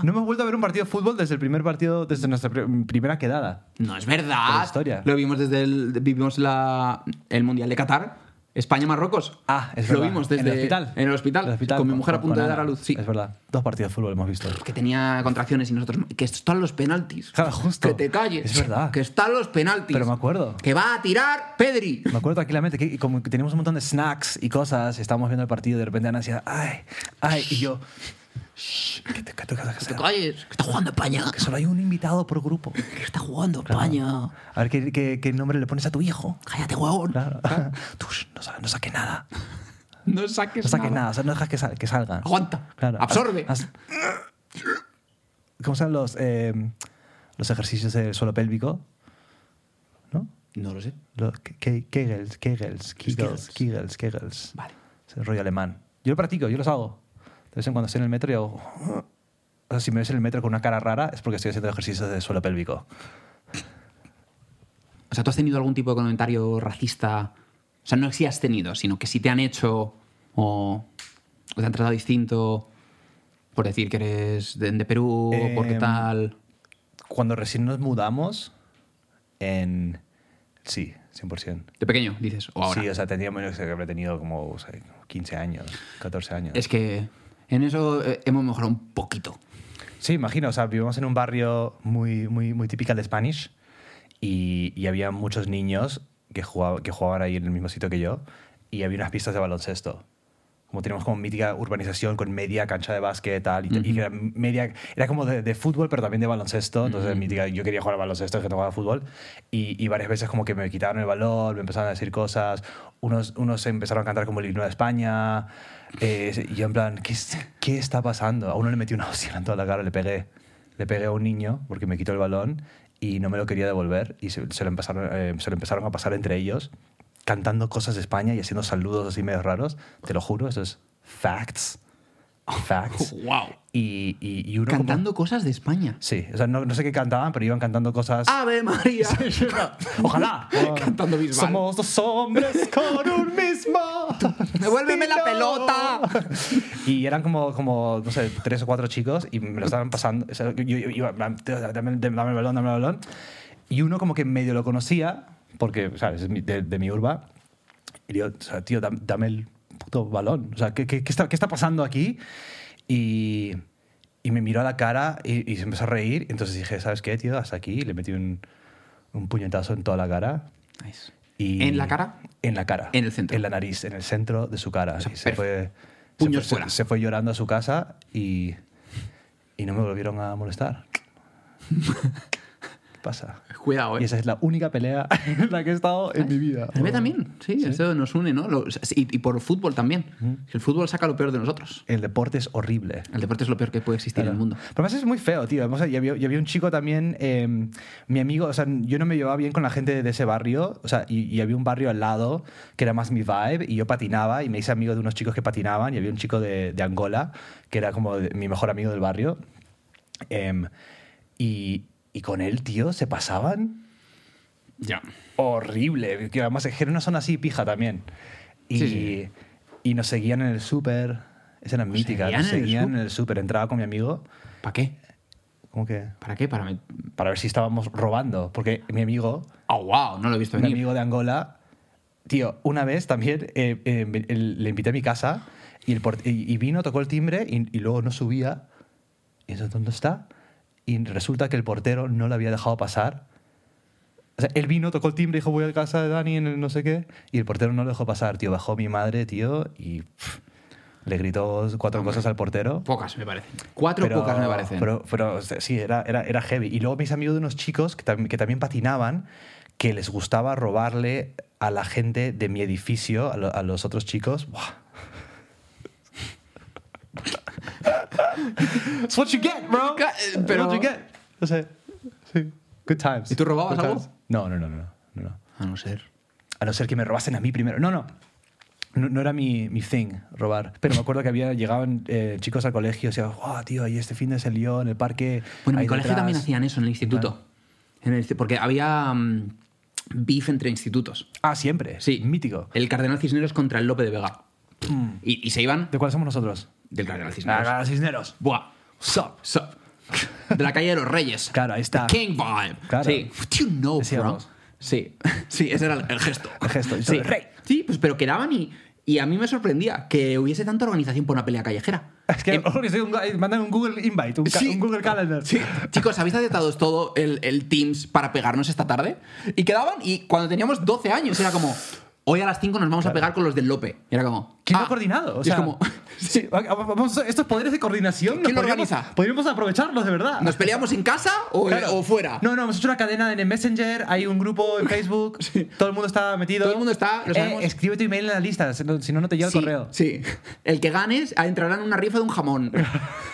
Speaker 3: No hemos vuelto a ver un partido de fútbol desde el primer partido, desde nuestra pri- primera quedada.
Speaker 2: No es
Speaker 3: Pero
Speaker 2: verdad.
Speaker 3: es historia.
Speaker 2: Lo vimos desde el, vivimos la, el Mundial de Qatar. España-Marruecos.
Speaker 3: Ah, es
Speaker 2: Lo
Speaker 3: verdad.
Speaker 2: vimos desde
Speaker 3: en el hospital.
Speaker 2: En el hospital.
Speaker 3: El
Speaker 2: con mi mujer a
Speaker 3: con
Speaker 2: punto de
Speaker 3: Ana.
Speaker 2: dar a luz. Sí.
Speaker 3: Es verdad. Dos partidos de fútbol hemos visto.
Speaker 2: Que tenía contracciones y nosotros. Que están los penaltis.
Speaker 3: Claro, justo.
Speaker 2: Que te calles.
Speaker 3: Es verdad.
Speaker 2: Que están los penaltis.
Speaker 3: Pero me acuerdo.
Speaker 2: Que va a tirar Pedri.
Speaker 3: Me acuerdo tranquilamente que y como que teníamos un montón de snacks y cosas, y estábamos viendo el partido y de repente Ana decía, ay, ay, y yo, shh, que, te, que te- que te-
Speaker 2: Que te calles. Que está jugando España.
Speaker 3: que solo hay un invitado por grupo.
Speaker 2: Que está jugando España.
Speaker 3: A ver qué, qué- qué nombre le pones a tu hijo.
Speaker 2: Cállate, huevón.
Speaker 3: Claro. (laughs) Tú, shh, no, sa- no saque nada.
Speaker 2: No saques,
Speaker 3: No saques nada. o sea, no dejas que, sal- que salga.
Speaker 2: Aguanta.
Speaker 3: Claro.
Speaker 2: Absorbe.
Speaker 3: Haz- haz- ¿Cómo se llaman los, eh, los ejercicios del suelo pélvico? ¿No?
Speaker 2: No lo sé.
Speaker 3: Los ke- ke- Kegels, Kegels, Kegels, Kegels, Kegels.
Speaker 2: Vale.
Speaker 3: Es el rollo alemán. Yo lo practico, yo los hago. De vez en cuando estoy en el metro y hago... O sea, si me ves en el metro con una cara rara es porque estoy haciendo ejercicios de suelo pélvico.
Speaker 2: O sea, ¿tú has tenido algún tipo de comentario racista? O sea, no si has tenido, sino que si te han hecho o, o te han tratado distinto por decir que eres de, de Perú o porque
Speaker 3: Em,
Speaker 2: tal.
Speaker 3: Cuando recién nos mudamos, en... Sí, 100%.
Speaker 2: De pequeño, dices, o ahora.
Speaker 3: Sí, o sea, tenía menos que habré tenido como o sea, 15 años, 14 años.
Speaker 2: Es que en eso eh, hemos mejorado un poquito.
Speaker 3: Sí, imagino, o sea, vivimos en un barrio muy, muy, muy típico de Spanish y, y había muchos niños que, jugaba- que jugaban ahí en el mismo sitio que yo y había unas pistas de baloncesto. Como teníamos como mítica urbanización con media cancha de básquet tal, y, y que era media era como de, de fútbol pero también de baloncesto entonces mítica yo quería jugar al baloncesto que no jugaba fútbol y, y varias veces como que me quitaron el valor me empezaron a decir cosas unos unos empezaron a cantar como el himno de España eh, y yo en plan ¿qué, es- qué está pasando? a uno le metí una hostia en toda la cara le pegué le pegué a un niño porque me quitó el balón y no me lo quería devolver y se, se lo, empezaron, eh, se lo empezaron a pasar entre ellos cantando cosas de España y haciendo saludos así medio raros te lo juro eso es facts
Speaker 2: (laughs)
Speaker 3: Facts.
Speaker 2: ¡Wow!
Speaker 3: Y, y, y uno como-
Speaker 2: Cantando cosas de España.
Speaker 3: sí, o sea, no, no sé qué cantaban, pero iban cantando cosas.
Speaker 2: ¡Ave María!
Speaker 3: Ojalá.
Speaker 2: Ah. (laughs) Cantando Bisbal.
Speaker 3: Somos dos hombres con un mismo.
Speaker 2: (laughs) ¡Devuélveme la
Speaker 3: destino.
Speaker 2: pelota!
Speaker 3: (laughs) Y eran como, como, no sé, tres o cuatro chicos y me lo estaban pasando. O sea, yo, yo iba, en plan, "Tío, dame, el- dame el balón, dame el balón. Y uno como que medio lo conocía, porque, ¿sabes? Es mi- de, de mi urba. Y digo, o sea, tío, dam- dame el puto balón. O sea, ¿qué, qué- qué está, qué está pasando aquí? Y, y me miró a la cara y, y se empezó a reír. Entonces dije, ¿sabes qué, tío? Hasta aquí. Y le metí un, un puñetazo en toda la cara.
Speaker 2: Nice.
Speaker 3: Y
Speaker 2: ¿En la cara?
Speaker 3: En la cara.
Speaker 2: En el centro.
Speaker 3: En la nariz, en el centro de su cara.
Speaker 2: sea,
Speaker 3: Y se
Speaker 2: perf-
Speaker 3: fue,
Speaker 2: Puños
Speaker 3: se fue,
Speaker 2: fuera.
Speaker 3: se fue llorando a su casa
Speaker 2: (laughs)
Speaker 3: y, y no me volvieron a molestar. pasa.
Speaker 2: Cuidado,
Speaker 3: Y
Speaker 2: eh.
Speaker 3: esa es la única pelea (laughs) en la que he estado en mi vida.
Speaker 2: El B también, sí, eso nos une, ¿no? Lo- y, y por fútbol también. El fútbol saca lo peor de nosotros.
Speaker 3: El deporte es horrible.
Speaker 2: El deporte es lo peor que puede existir en el mundo.
Speaker 3: Pero además es muy feo, tío. Además, yo, vi, yo vi un chico también, eh, mi amigo, o sea, yo no me llevaba bien con la gente de ese barrio, o sea, y, y había un barrio al lado que era más mi vibe, y yo patinaba, y me hice amigo de unos chicos que patinaban, y había un chico de, de Angola, que era como de- mi mejor amigo del barrio, Em, y, y con él, tío, se pasaban
Speaker 2: Ya.
Speaker 3: horrible, que además era una zona así pija también. Y,
Speaker 2: Sí, sí.
Speaker 3: y nos seguían en el súper, esa era mítica,
Speaker 2: seguían
Speaker 3: nos
Speaker 2: en el
Speaker 3: seguían
Speaker 2: súper?
Speaker 3: en el súper, entraba con mi amigo.
Speaker 2: ¿Para qué?
Speaker 3: ¿Cómo que?
Speaker 2: ¿Para qué? Para. me-
Speaker 3: para ver si estábamos robando. Porque mi amigo,
Speaker 2: Oh, wow, no lo he visto
Speaker 3: mi
Speaker 2: venir.
Speaker 3: amigo de Angola, tío, una vez también eh, eh, el- le invité a mi casa y, el port- y y vino, tocó el timbre y, y luego no subía. ¿Y eso dónde está? Y resulta que el portero no le había dejado pasar. O sea, él vino, tocó el timbre, dijo voy a casa de Dani en el no sé qué. Y el portero no lo dejó pasar, tío. Bajó mi madre, tío, y pff, le gritó cuatro cosas al portero.
Speaker 2: Pocas me parecen. Cuatro pocas me parecen.
Speaker 3: Pero, pero, o sea, sí, era, era, era heavy. Y luego mis amigos de unos chicos que, tam- que también patinaban, que les gustaba robarle a la gente de mi edificio, a, lo- a los otros chicos. Buah. It's what you get, bro.
Speaker 2: Ca- eh, pero-
Speaker 3: It's what you get. No sé. Sí. Good times.
Speaker 2: ¿Y tú robabas
Speaker 3: Good
Speaker 2: algo?
Speaker 3: times. No, no, no, no, no, no.
Speaker 2: A no ser.
Speaker 3: A no ser que me robasen a mí primero. No, no. No, no era mi, mi thing robar. Pero me acuerdo que había llegaban eh, chicos al colegio y decían, wow, tío, ahí este fin de se lió en el parque.
Speaker 2: Bueno, en
Speaker 3: ahí
Speaker 2: mi colegio
Speaker 3: detrás".
Speaker 2: también hacían eso en el instituto. En el- porque había mm, beef entre institutos.
Speaker 3: Ah, siempre.
Speaker 2: Sí.
Speaker 3: Mítico.
Speaker 2: El Cardenal Cisneros contra el Lope de Vega. Y, y se iban
Speaker 3: ¿De cuál somos nosotros?
Speaker 2: del Cardenal Cisneros.
Speaker 3: Ah,
Speaker 2: (laughs)
Speaker 3: Cisneros.
Speaker 2: Buah.
Speaker 3: Sup.
Speaker 2: Sup. De la calle de los Reyes.
Speaker 3: (laughs) Claro, ahí está.
Speaker 2: The King vibe.
Speaker 3: Claro.
Speaker 2: Sí. What do you know, bro?
Speaker 3: Decíamos.
Speaker 2: Sí. (laughs) Sí, ese era el, el gesto.
Speaker 3: El gesto, y
Speaker 2: Sí.
Speaker 3: todo, "Rey".
Speaker 2: Sí, pues pero quedaban y, y a mí me sorprendía que hubiese tanta organización por una pelea callejera. Em,
Speaker 3: Es que organizé un- mandan un Google Invite, un, ca-
Speaker 2: Sí.
Speaker 3: un Google Calendar.
Speaker 2: Sí, chicos, ¿habéis aceptado todo el, el Teams para pegarnos esta tarde? Y quedaban, y cuando teníamos 12 años, era como, hoy a las 5 nos vamos a pegar con los del Lope. Y era como,
Speaker 3: ¿Quién lo
Speaker 2: ah.
Speaker 3: ha coordinado?
Speaker 2: Y
Speaker 3: O
Speaker 2: es
Speaker 3: sea,
Speaker 2: como, (laughs)
Speaker 3: (laughs) sí, va- va- vamos a- estos poderes de coordinación. los
Speaker 2: ¿Quién lo
Speaker 3: podríamos-
Speaker 2: organiza?
Speaker 3: Podríamos aprovecharlos de verdad.
Speaker 2: ¿nos peleamos en casa o,
Speaker 3: Claro.
Speaker 2: o fuera?
Speaker 3: No, no, hemos hecho una cadena en el Messenger, hay un grupo en Facebook,
Speaker 2: (laughs)
Speaker 3: todo el mundo está metido.
Speaker 2: Todo el mundo está, lo
Speaker 3: Eh,
Speaker 2: sabemos.
Speaker 3: escribe tu email en la lista, si no, si no, no te llega
Speaker 2: sí,
Speaker 3: el correo.
Speaker 2: Sí. El que ganes ah, entrará en una rifa de un jamón. (laughs)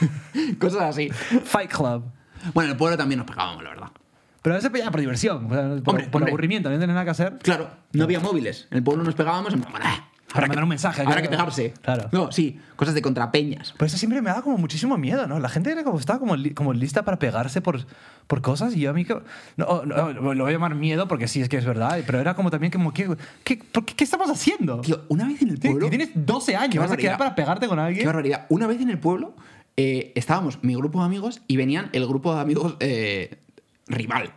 Speaker 2: Cosas así.
Speaker 3: Fight Club.
Speaker 2: Bueno, en el pueblo también nos pegábamos, la verdad.
Speaker 3: Pero a veces ya por diversión, por, por-
Speaker 2: Hombre,
Speaker 3: por
Speaker 2: hombre.
Speaker 3: aburrimiento, no tienes nada que hacer.
Speaker 2: Claro, no había móviles. En el pueblo nos pegábamos en plan, "Ah,
Speaker 3: Para mandar un mensaje.
Speaker 2: Habrá
Speaker 3: claro.
Speaker 2: que pegarse.
Speaker 3: Claro.
Speaker 2: No, sí, cosas de contrapeñas.
Speaker 3: Pero eso siempre me daba como muchísimo miedo, ¿no? La gente era como, estaba como, li- como lista para pegarse por, por cosas y yo a mí... que- No, oh, no, lo voy a llamar miedo porque sí, es que es verdad, pero era como también como... ¿Qué, qué, por qué- qué estamos haciendo?
Speaker 2: Tío, una vez en el
Speaker 3: Tío,
Speaker 2: pueblo.
Speaker 3: tienes 12 años,
Speaker 2: Qué
Speaker 3: vas a
Speaker 2: barbaridad.
Speaker 3: quedar para pegarte con alguien.
Speaker 2: Qué barbaridad. Una vez en el pueblo eh, estábamos mi grupo de amigos y venían el grupo de amigos eh, rival.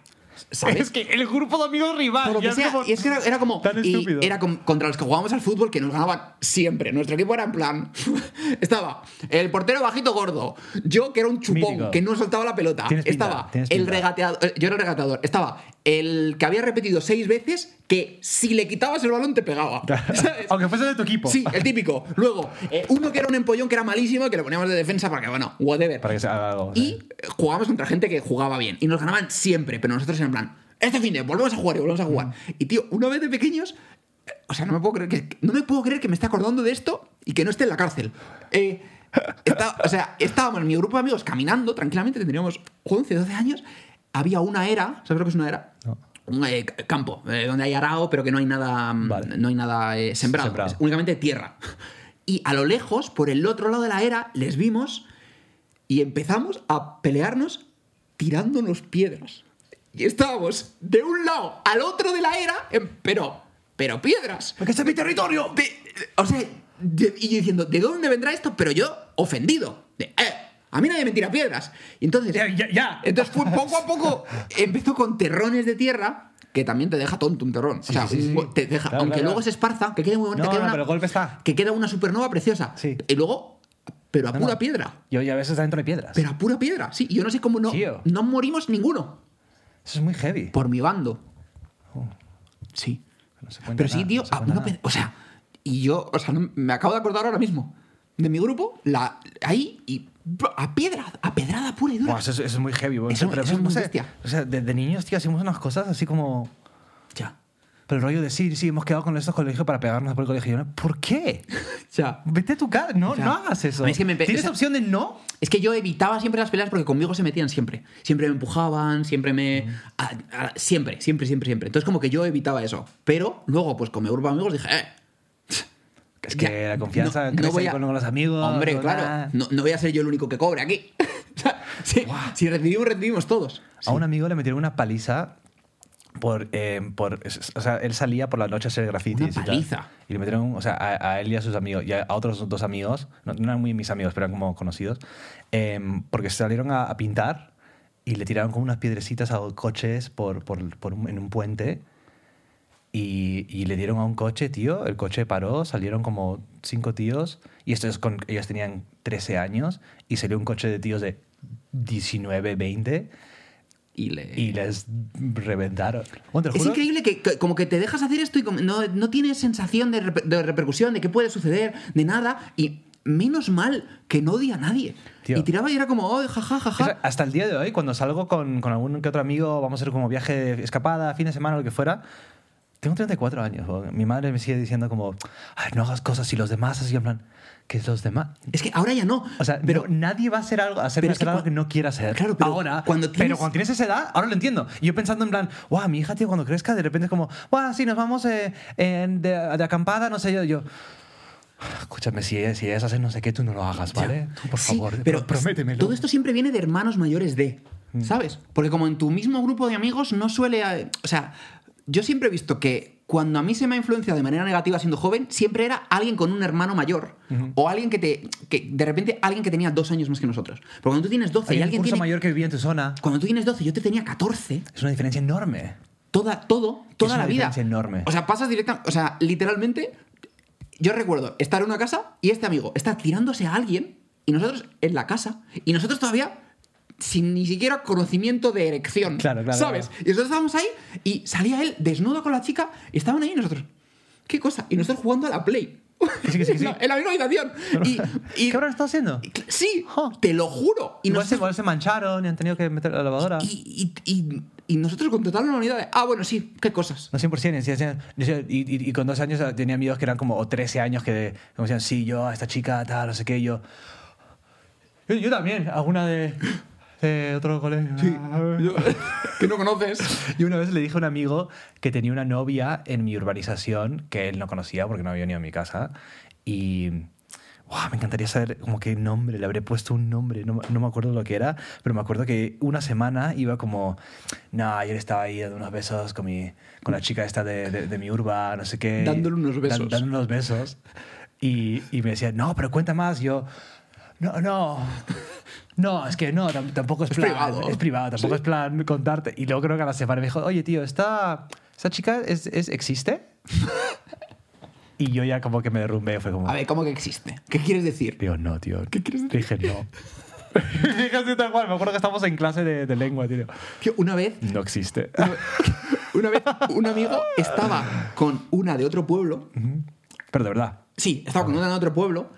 Speaker 2: ¿Sabes?
Speaker 3: (laughs) Es que el grupo de amigos rival. (laughs)
Speaker 2: Por lo
Speaker 3: ya
Speaker 2: que
Speaker 3: es
Speaker 2: sea,
Speaker 3: como-
Speaker 2: y es que era, era como.
Speaker 3: Tan
Speaker 2: y
Speaker 3: estúpido.
Speaker 2: era con- contra los que jugábamos al fútbol que nos ganaban siempre. Nuestro equipo era en plan. (laughs) estaba el portero bajito gordo. Yo, que era un chupón,
Speaker 3: Mítico.
Speaker 2: que no soltaba la pelota.
Speaker 3: Tienes pinta,
Speaker 2: estaba
Speaker 3: tienes
Speaker 2: el
Speaker 3: pinta.
Speaker 2: regateador. eh, Yo era el regateador. Estaba el que había repetido seis veces que si le quitabas el balón
Speaker 3: (laughs)
Speaker 2: te pegaba. ¿Sabes?
Speaker 3: (laughs) Aunque fuese de tu equipo. (laughs)
Speaker 2: Sí, el típico. Luego, eh, uno que era un empollón que era malísimo, que lo poníamos de defensa para que, bueno, whatever.
Speaker 3: Para que se haga algo.
Speaker 2: Y eh, jugábamos contra gente que jugaba bien. Y nos ganaban siempre, pero nosotros en plan, este fin de volvemos a jugar y volvemos a jugar.
Speaker 3: Mm.
Speaker 2: Y tío, una vez de pequeños, eh, o sea, no me puedo creer que, no me puedo creer que me esté acordando de esto y que no esté en la cárcel. Eh, está- o sea, estábamos mi grupo de amigos caminando tranquilamente, tendríamos 11, 12 años. Había una era, ¿sabes lo que es una era?
Speaker 3: No.
Speaker 2: Un eh, c- campo, eh, donde hay arao, pero que no hay nada, mm,
Speaker 3: Vale.
Speaker 2: no hay nada eh, sembrado,
Speaker 3: Sembrado.
Speaker 2: es únicamente tierra. Y a lo lejos, por el otro lado de la era, les vimos y empezamos a pelearnos tirándonos piedras. Y estábamos de un lado al otro de la era, en- pero, pero piedras.
Speaker 3: Porque ese es mi territorio.
Speaker 2: De- o sea, de- y yo diciendo, ¿de dónde vendrá esto? Pero yo, ofendido. De, "Eh, a mí nadie me tira piedras. Y entonces,
Speaker 3: Ya, ya, ya.
Speaker 2: entonces fue poco a poco, empezó con terrones de tierra, que también te deja tonto un terrón. o sea,
Speaker 3: sí, sí,
Speaker 2: un-
Speaker 3: sí.
Speaker 2: te deja,
Speaker 3: Claro,
Speaker 2: aunque
Speaker 3: claro,
Speaker 2: luego
Speaker 3: claro.
Speaker 2: se esparza, que quede muy bonita,
Speaker 3: No,
Speaker 2: queda
Speaker 3: no,
Speaker 2: una-
Speaker 3: pero el golpe está.
Speaker 2: que queda una supernova preciosa.
Speaker 3: Sí.
Speaker 2: Y luego, pero a
Speaker 3: No,
Speaker 2: pura
Speaker 3: no.
Speaker 2: piedra.
Speaker 3: Yo, yo a veces dentro de piedras.
Speaker 2: Pero a pura piedra, sí. Y yo no sé cómo no,
Speaker 3: Tío.
Speaker 2: no morimos ninguno.
Speaker 3: Eso es muy heavy.
Speaker 2: Por mi bando. Sí.
Speaker 3: No se cuenta
Speaker 2: Pero sí,
Speaker 3: Oh. nada,
Speaker 2: tío,
Speaker 3: no se
Speaker 2: a
Speaker 3: cuenta
Speaker 2: una
Speaker 3: nada.
Speaker 2: pe- O sea, y yo, o sea, no- me acabo de acordar ahora mismo de mi grupo, la, ahí, y a piedra, a pedrada pura y dura.
Speaker 3: Buah, eso, es- eso es muy heavy. bro.
Speaker 2: Eso-
Speaker 3: Pero,
Speaker 2: eso
Speaker 3: no
Speaker 2: es muy
Speaker 3: sé,
Speaker 2: bestia.
Speaker 3: O sea, desde niños, tío, hacíamos unas cosas así como...
Speaker 2: Ya,
Speaker 3: Pero el rollo de sí, sí, hemos quedado con estos colegios para pegarnos por el colegio. Y yo, ¿Por qué?
Speaker 2: ya.
Speaker 3: Vete a tu casa. No,
Speaker 2: Ya.
Speaker 3: no hagas eso.
Speaker 2: A mí es que me empe-
Speaker 3: ¿Tienes
Speaker 2: o sea-
Speaker 3: opción de no?
Speaker 2: Es que yo evitaba siempre las peleas porque conmigo se metían siempre. Siempre me empujaban, siempre me. a- a- siempre, siempre, siempre, siempre. Entonces, como que yo evitaba eso. Pero luego, pues con mi grupo de amigos dije, eh.
Speaker 3: Es que
Speaker 2: ya,
Speaker 3: la confianza crece
Speaker 2: voy
Speaker 3: ahí con los amigos,
Speaker 2: Hombre,
Speaker 3: con
Speaker 2: claro.
Speaker 3: la-
Speaker 2: No, no voy a ser yo el único que cobre aquí. (laughs) O sea, si, si recibimos, recibimos todos.
Speaker 3: A un amigo le metieron una paliza por, eh, por... O sea, él salía por la noche a hacer grafitis.
Speaker 2: Una
Speaker 3: y tal.
Speaker 2: paliza.
Speaker 3: Y le metieron, o sea, a, a él y a sus amigos, y a, a otros dos amigos, no, no eran muy mis amigos, pero eran como conocidos, em, porque salieron a, a pintar y le tiraron como unas piedrecitas a coches por, por- por un- en un puente. Y, y le dieron a un coche, tío. El coche paró, salieron como cinco tíos. Y estos con, ellos tenían 13 años. Y salió un coche de tíos de 19, 20.
Speaker 2: Y le.
Speaker 3: Y les reventaron. Bueno, te lo
Speaker 2: Es
Speaker 3: juro,
Speaker 2: increíble que, que como que te dejas hacer esto y como- no, no tienes sensación de, reper- de repercusión, de qué puede suceder, de nada. Y menos mal que no odia a nadie.
Speaker 3: Tío.
Speaker 2: Y tiraba y era como, oh, jaja, jaja.
Speaker 3: Eso, hasta el día de hoy, cuando salgo con, con algún que otro amigo, vamos a hacer como viaje, de escapada, fin de semana, lo que fuera. Tengo 34 años. weón. Mi madre me sigue diciendo como, "Ay, no hagas cosas y los demás, así en plan, que los demás.
Speaker 2: Es que ahora ya no.
Speaker 3: O sea,
Speaker 2: pero
Speaker 3: pero nadie va a hacer algo, a hacerme
Speaker 2: pero es que
Speaker 3: hacer algo
Speaker 2: cua-
Speaker 3: que no quiera hacer.
Speaker 2: Claro, pero
Speaker 3: ahora,
Speaker 2: cuando tienes-
Speaker 3: pero cuando tienes esa edad, ahora lo entiendo. Y yo pensando en plan, wow, mi hija, tío, cuando crezca, de repente es como, wow, sí, nos vamos eh, en- de, de acampada, no sé yo. yo Escúchame, si ellas, si ellas hacen no sé qué, tú no lo hagas,
Speaker 2: Ya.
Speaker 3: ¿vale? Tú, por
Speaker 2: Sí,
Speaker 3: favor, eh,
Speaker 2: pero
Speaker 3: pro- prométemelo. Mm.
Speaker 2: Todo esto siempre viene de hermanos mayores de, ¿sabes? Porque como en tu mismo grupo de amigos no suele... eh, O sea, yo siempre he visto que cuando a mí se me ha influenciado de manera negativa siendo joven, siempre era alguien con un hermano mayor. O alguien que te... Que de repente alguien que tenía dos años más que nosotros. Porque cuando tú tienes 12
Speaker 3: Hay
Speaker 2: y
Speaker 3: un
Speaker 2: alguien
Speaker 3: curso
Speaker 2: tiene...
Speaker 3: mayor que vivía en tu zona.
Speaker 2: Cuando tú tienes 12 yo te tenía 14,
Speaker 3: Es una diferencia enorme.
Speaker 2: toda, todo, toda
Speaker 3: una
Speaker 2: la vida.
Speaker 3: diferencia enorme.
Speaker 2: O sea, pasas directamente... O sea, literalmente... Yo recuerdo estar en una casa y este amigo está tirándose a alguien y nosotros en la casa y nosotros todavía sin ni siquiera conocimiento de erección.
Speaker 3: Claro, claro,
Speaker 2: ¿Sabes?
Speaker 3: claro.
Speaker 2: Y nosotros estábamos ahí y salía él desnudo con la chica y estaban ahí nosotros. ¿Qué cosa? Y nosotros jugando a la Play.
Speaker 3: Que sí, que sí,
Speaker 2: (laughs)
Speaker 3: que sí.
Speaker 2: En la- en la misma habitación. Y, y-
Speaker 3: (laughs) ¿Qué habrán estado haciendo?
Speaker 2: y- Sí,
Speaker 3: Jo.
Speaker 2: te lo juro. Y
Speaker 3: igual, se,
Speaker 2: nosotros
Speaker 3: igual se mancharon y han tenido que meter a la lavadora.
Speaker 2: y, y- y- y nosotros con total unidad de, ah, bueno, sí, qué cosas.
Speaker 3: no 100%. sí, decían- decían- Y, y- y con dos años tenía amigos que eran como, o 13 años, que como decían, sí, yo a esta chica, tal, no sé qué, y yo. Yo, yo también, alguna de, de otro colegio. Ah,
Speaker 2: (laughs) que no conoces.
Speaker 3: (laughs) Y una vez le dije a un amigo que tenía una novia en mi urbanización que él no conocía porque no había venido a mi casa. Y guau, me encantaría saber como qué nombre, le habré puesto un nombre, no, me- no me acuerdo lo que era, pero me acuerdo que una semana iba como, no, ayer estaba ahí dando unos besos con, mi, con la chica esta de, de- de mi urba, no sé qué.
Speaker 2: Dándole unos
Speaker 3: Dan-
Speaker 2: besos.
Speaker 3: dándole unos besos. Y, y me decía, no, pero cuenta más. Yo, no, no. No, es que no, tam- tampoco es,
Speaker 2: Es
Speaker 3: plan.
Speaker 2: privado.
Speaker 3: Es privado, tampoco es plan contarte. Y luego creo que a la semana me dijo, oye, tío, ¿esta, esta chica es, es- existe?
Speaker 2: (laughs)
Speaker 3: y yo ya como que me derrumbé, fue como,
Speaker 2: A ver, ¿cómo que existe? ¿Qué quieres decir?
Speaker 3: tío, no, tío.
Speaker 2: ¿Qué quieres
Speaker 3: Dije, no. (laughs) Dije así tal cual, me acuerdo que estamos en clase de, de lengua, tío.
Speaker 2: Tío, una vez,
Speaker 3: No existe.
Speaker 2: una vez, un amigo estaba con una de otro pueblo.
Speaker 3: pero de verdad.
Speaker 2: Sí, estaba con una de otro pueblo.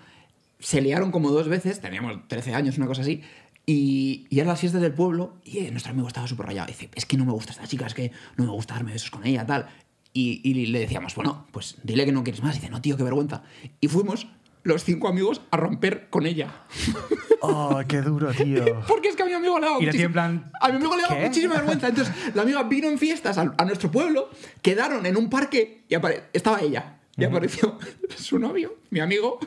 Speaker 2: Se liaron como dos veces, teníamos 13 años, una cosa así. Y, y era las fiestas del pueblo y eh, nuestro amigo estaba súper rayado. Dice, es que no me gusta esta chica, es que no me gusta darme besos con ella, tal. Y, y le decíamos, bueno, pues dile que no quieres más. Y dice, no, tío, qué vergüenza. Y fuimos los cinco amigos a romper con ella.
Speaker 3: Oh, qué duro, tío.
Speaker 2: (laughs) Porque es que a mi amigo le daba
Speaker 3: Y la tía
Speaker 2: muchísima-
Speaker 3: en plan,
Speaker 2: A mi amigo le daba
Speaker 3: ¿qué?
Speaker 2: muchísima vergüenza. Entonces, la amiga vino en fiestas al- a, nuestro pueblo, quedaron en un parque y apare- estaba ella. Y apareció (laughs) su novio, mi amigo,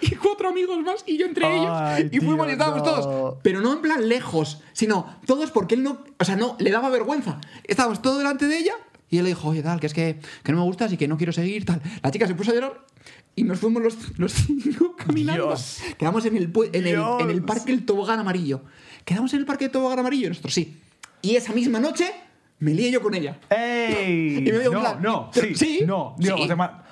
Speaker 2: y cuatro amigos más, y yo entre
Speaker 3: Ay,
Speaker 2: ellos. Y
Speaker 3: tío,
Speaker 2: fuimos y estábamos
Speaker 3: no.
Speaker 2: todos. Pero no en plan lejos, sino todos porque él no. O sea, no, le daba vergüenza. Estábamos todos delante de ella. Y él le dijo, oye, tal, que es que, que no me gustas y que no quiero seguir, tal. La chica se puso a llorar y nos fuimos los, los cinco (laughs) caminando.
Speaker 3: Dios.
Speaker 2: Quedamos en el, pue- en el, en el
Speaker 3: Dios.
Speaker 2: parque el tobogán amarillo. Quedamos en el parque del tobogán amarillo, y nosotros sí. Y esa misma noche me lié yo con ella.
Speaker 3: ¡Ey!
Speaker 2: Y me dio en
Speaker 3: no,
Speaker 2: plan,
Speaker 3: no,
Speaker 2: pero-
Speaker 3: sí,
Speaker 2: sí,
Speaker 3: no. Digo,
Speaker 2: sí.
Speaker 3: o sea, mal,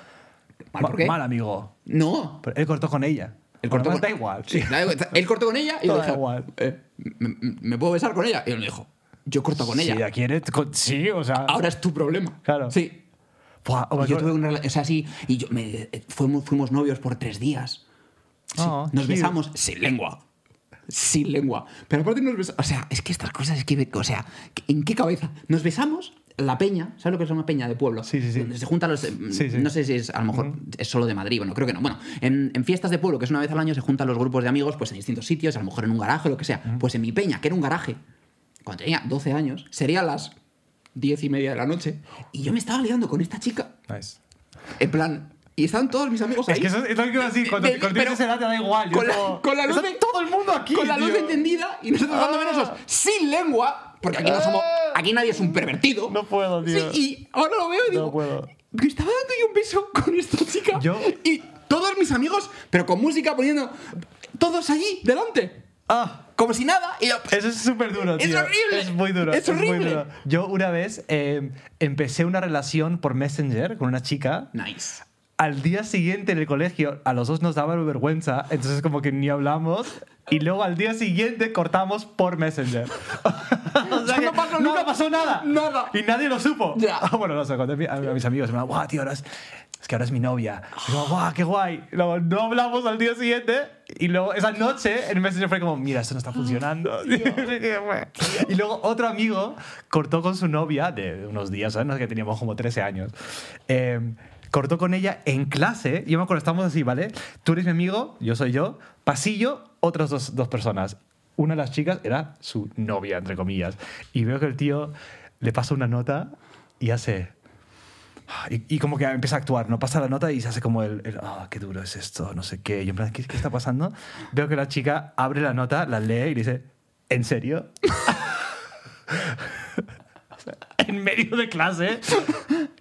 Speaker 2: ¿Mal por qué?
Speaker 3: mal amigo.
Speaker 2: No.
Speaker 3: Pero él cortó con ella.
Speaker 2: Él cortó
Speaker 3: Además,
Speaker 2: con-
Speaker 3: Da igual.
Speaker 2: Sí, da igual. Él cortó con ella y yo
Speaker 3: Da
Speaker 2: le dije,
Speaker 3: igual.
Speaker 2: eh, ¿me, me- me puedo besar con ella? Y él me dijo, yo corto con
Speaker 3: Si
Speaker 2: ella.
Speaker 3: la quieres, con- sí, o sea.
Speaker 2: Ahora es tu problema.
Speaker 3: Claro.
Speaker 2: Sí.
Speaker 3: Buah, oh my
Speaker 2: Y yo
Speaker 3: God.
Speaker 2: tuve una rela- o sea, sí, y yo me- eh, fuimos, fuimos novios por tres días. Sí,
Speaker 3: Oh,
Speaker 2: nos
Speaker 3: cute.
Speaker 2: besamos sin lengua. sin lengua. Pero aparte nos besamos. O sea, es que estas cosas, es que. O sea, ¿en qué cabeza? Nos besamos la peña, ¿sabes lo que es una peña de pueblo?
Speaker 3: Sí, sí, sí.
Speaker 2: Donde se juntan los. eh, mm,
Speaker 3: Sí, sí.
Speaker 2: No sé si es, a lo mejor, es solo de Madrid, bueno, creo que no. Bueno, en, en fiestas de pueblo, que es una vez al año, se juntan los grupos de amigos, pues en distintos sitios, a lo mejor en un garaje, lo que sea. Pues en mi peña, que era un garaje, cuando tenía 12 años, serían las 10 y media de la noche, y yo me estaba liando con esta chica,
Speaker 3: Nice.
Speaker 2: en plan. Y estaban todos mis amigos ahí.
Speaker 3: Es que eso es lo que iba a decir. Cuando,
Speaker 2: Pero-
Speaker 3: cuando tienes esa edad te da igual. yo
Speaker 2: Con la,
Speaker 3: como-
Speaker 2: con la luz
Speaker 3: está
Speaker 2: de-
Speaker 3: todo el mundo aquí.
Speaker 2: Con la luz
Speaker 3: tío. Ah.
Speaker 2: encendida y nosotros dando menos sin lengua. Porque aquí no somos. Aquí nadie es un pervertido.
Speaker 3: No puedo, tío.
Speaker 2: Sí, y ahora lo veo y digo.
Speaker 3: puedo.
Speaker 2: "Me estaba dando yo un beso con esta chica.
Speaker 3: Yo-
Speaker 2: Y todos mis amigos, pero con música poniendo. Todos allí, delante.
Speaker 3: Ah.
Speaker 2: Como si nada. Y yo.
Speaker 3: Eso es súper duro,
Speaker 2: Es
Speaker 3: tío.
Speaker 2: horrible.
Speaker 3: Es muy duro.
Speaker 2: Es
Speaker 3: muy
Speaker 2: horrible.
Speaker 3: duro. Yo una vez eh, empecé una relación por Messenger con una chica.
Speaker 2: Nice.
Speaker 3: Al día siguiente en el colegio, a los dos nos daba vergüenza, entonces como que ni hablamos. Y luego al día siguiente cortamos por Messenger. (laughs) O sea
Speaker 2: no
Speaker 3: que
Speaker 2: pasó
Speaker 3: nunca
Speaker 2: nada.
Speaker 3: pasó nada.
Speaker 2: Nada.
Speaker 3: Y nadie lo supo.
Speaker 2: Ya.
Speaker 3: Ah, bueno, no sé, conté a mi- a mis amigos. Me guau, tío, ahora es, es que ahora es mi novia. Y como, guau, qué guay. Y luego no hablamos al día siguiente. Y luego esa noche en Messenger fue como, mira, esto no está funcionando. (laughs) y luego otro amigo cortó con su novia de unos días, ¿sabes? No sé, que teníamos como 13 años. Eh, cortó con ella en clase. Yo me acuerdo, estamos así, ¿vale? Tú eres mi amigo, yo soy yo. Pasillo, otras dos, dos personas. Una de las chicas era su novia, entre comillas. Y veo que el tío le pasa una nota y hace... Y, y como que empieza a actuar, ¿no? Pasa la nota y se hace como el, el, ah, qué duro es esto, no sé qué. Y en plan, ¿qué, qué está pasando? Veo que la chica abre la nota, la lee y le dice, ¿en serio? (laughs) O sea, en medio de clase.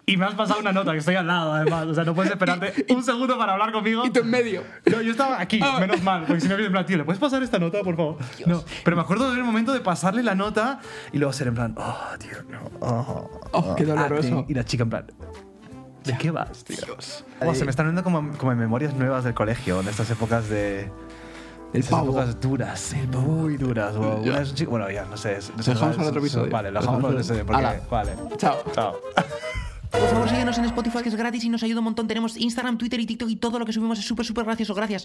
Speaker 3: Y me has pasado una nota, que estoy al lado, además. O sea, no puedes esperarte un segundo para hablar conmigo.
Speaker 2: Y tú en medio.
Speaker 3: No, yo estaba aquí,
Speaker 2: Ah.
Speaker 3: menos mal, porque si no hubiese en plan, tío, ¿le puedes pasar esta nota, por favor? No, pero me acuerdo del momento de pasarle la nota y luego ser en plan, oh, tío, no. Oh,
Speaker 2: Oh, qué doloroso.
Speaker 3: acting. Y la chica en plan, ¿de qué vas, tío? Buah, se me están viendo como, como en memorias nuevas del colegio, de estas épocas de...
Speaker 2: El
Speaker 3: esas
Speaker 2: pavo.
Speaker 3: épocas duras, muy duras. Wow. Una vez un chico- bueno, ya, no sé. es-
Speaker 2: Lo dejamos para otro episodio.
Speaker 3: Vale, lo dejamos para otro episodio.
Speaker 2: Ala.
Speaker 3: Porque, vale.
Speaker 2: Chao.
Speaker 3: Chao.
Speaker 1: Por favor, síguenos en Spotify, que es gratis y nos ayuda un montón. Tenemos Instagram, Twitter y TikTok y todo lo que subimos es súper, súper gracioso. Gracias.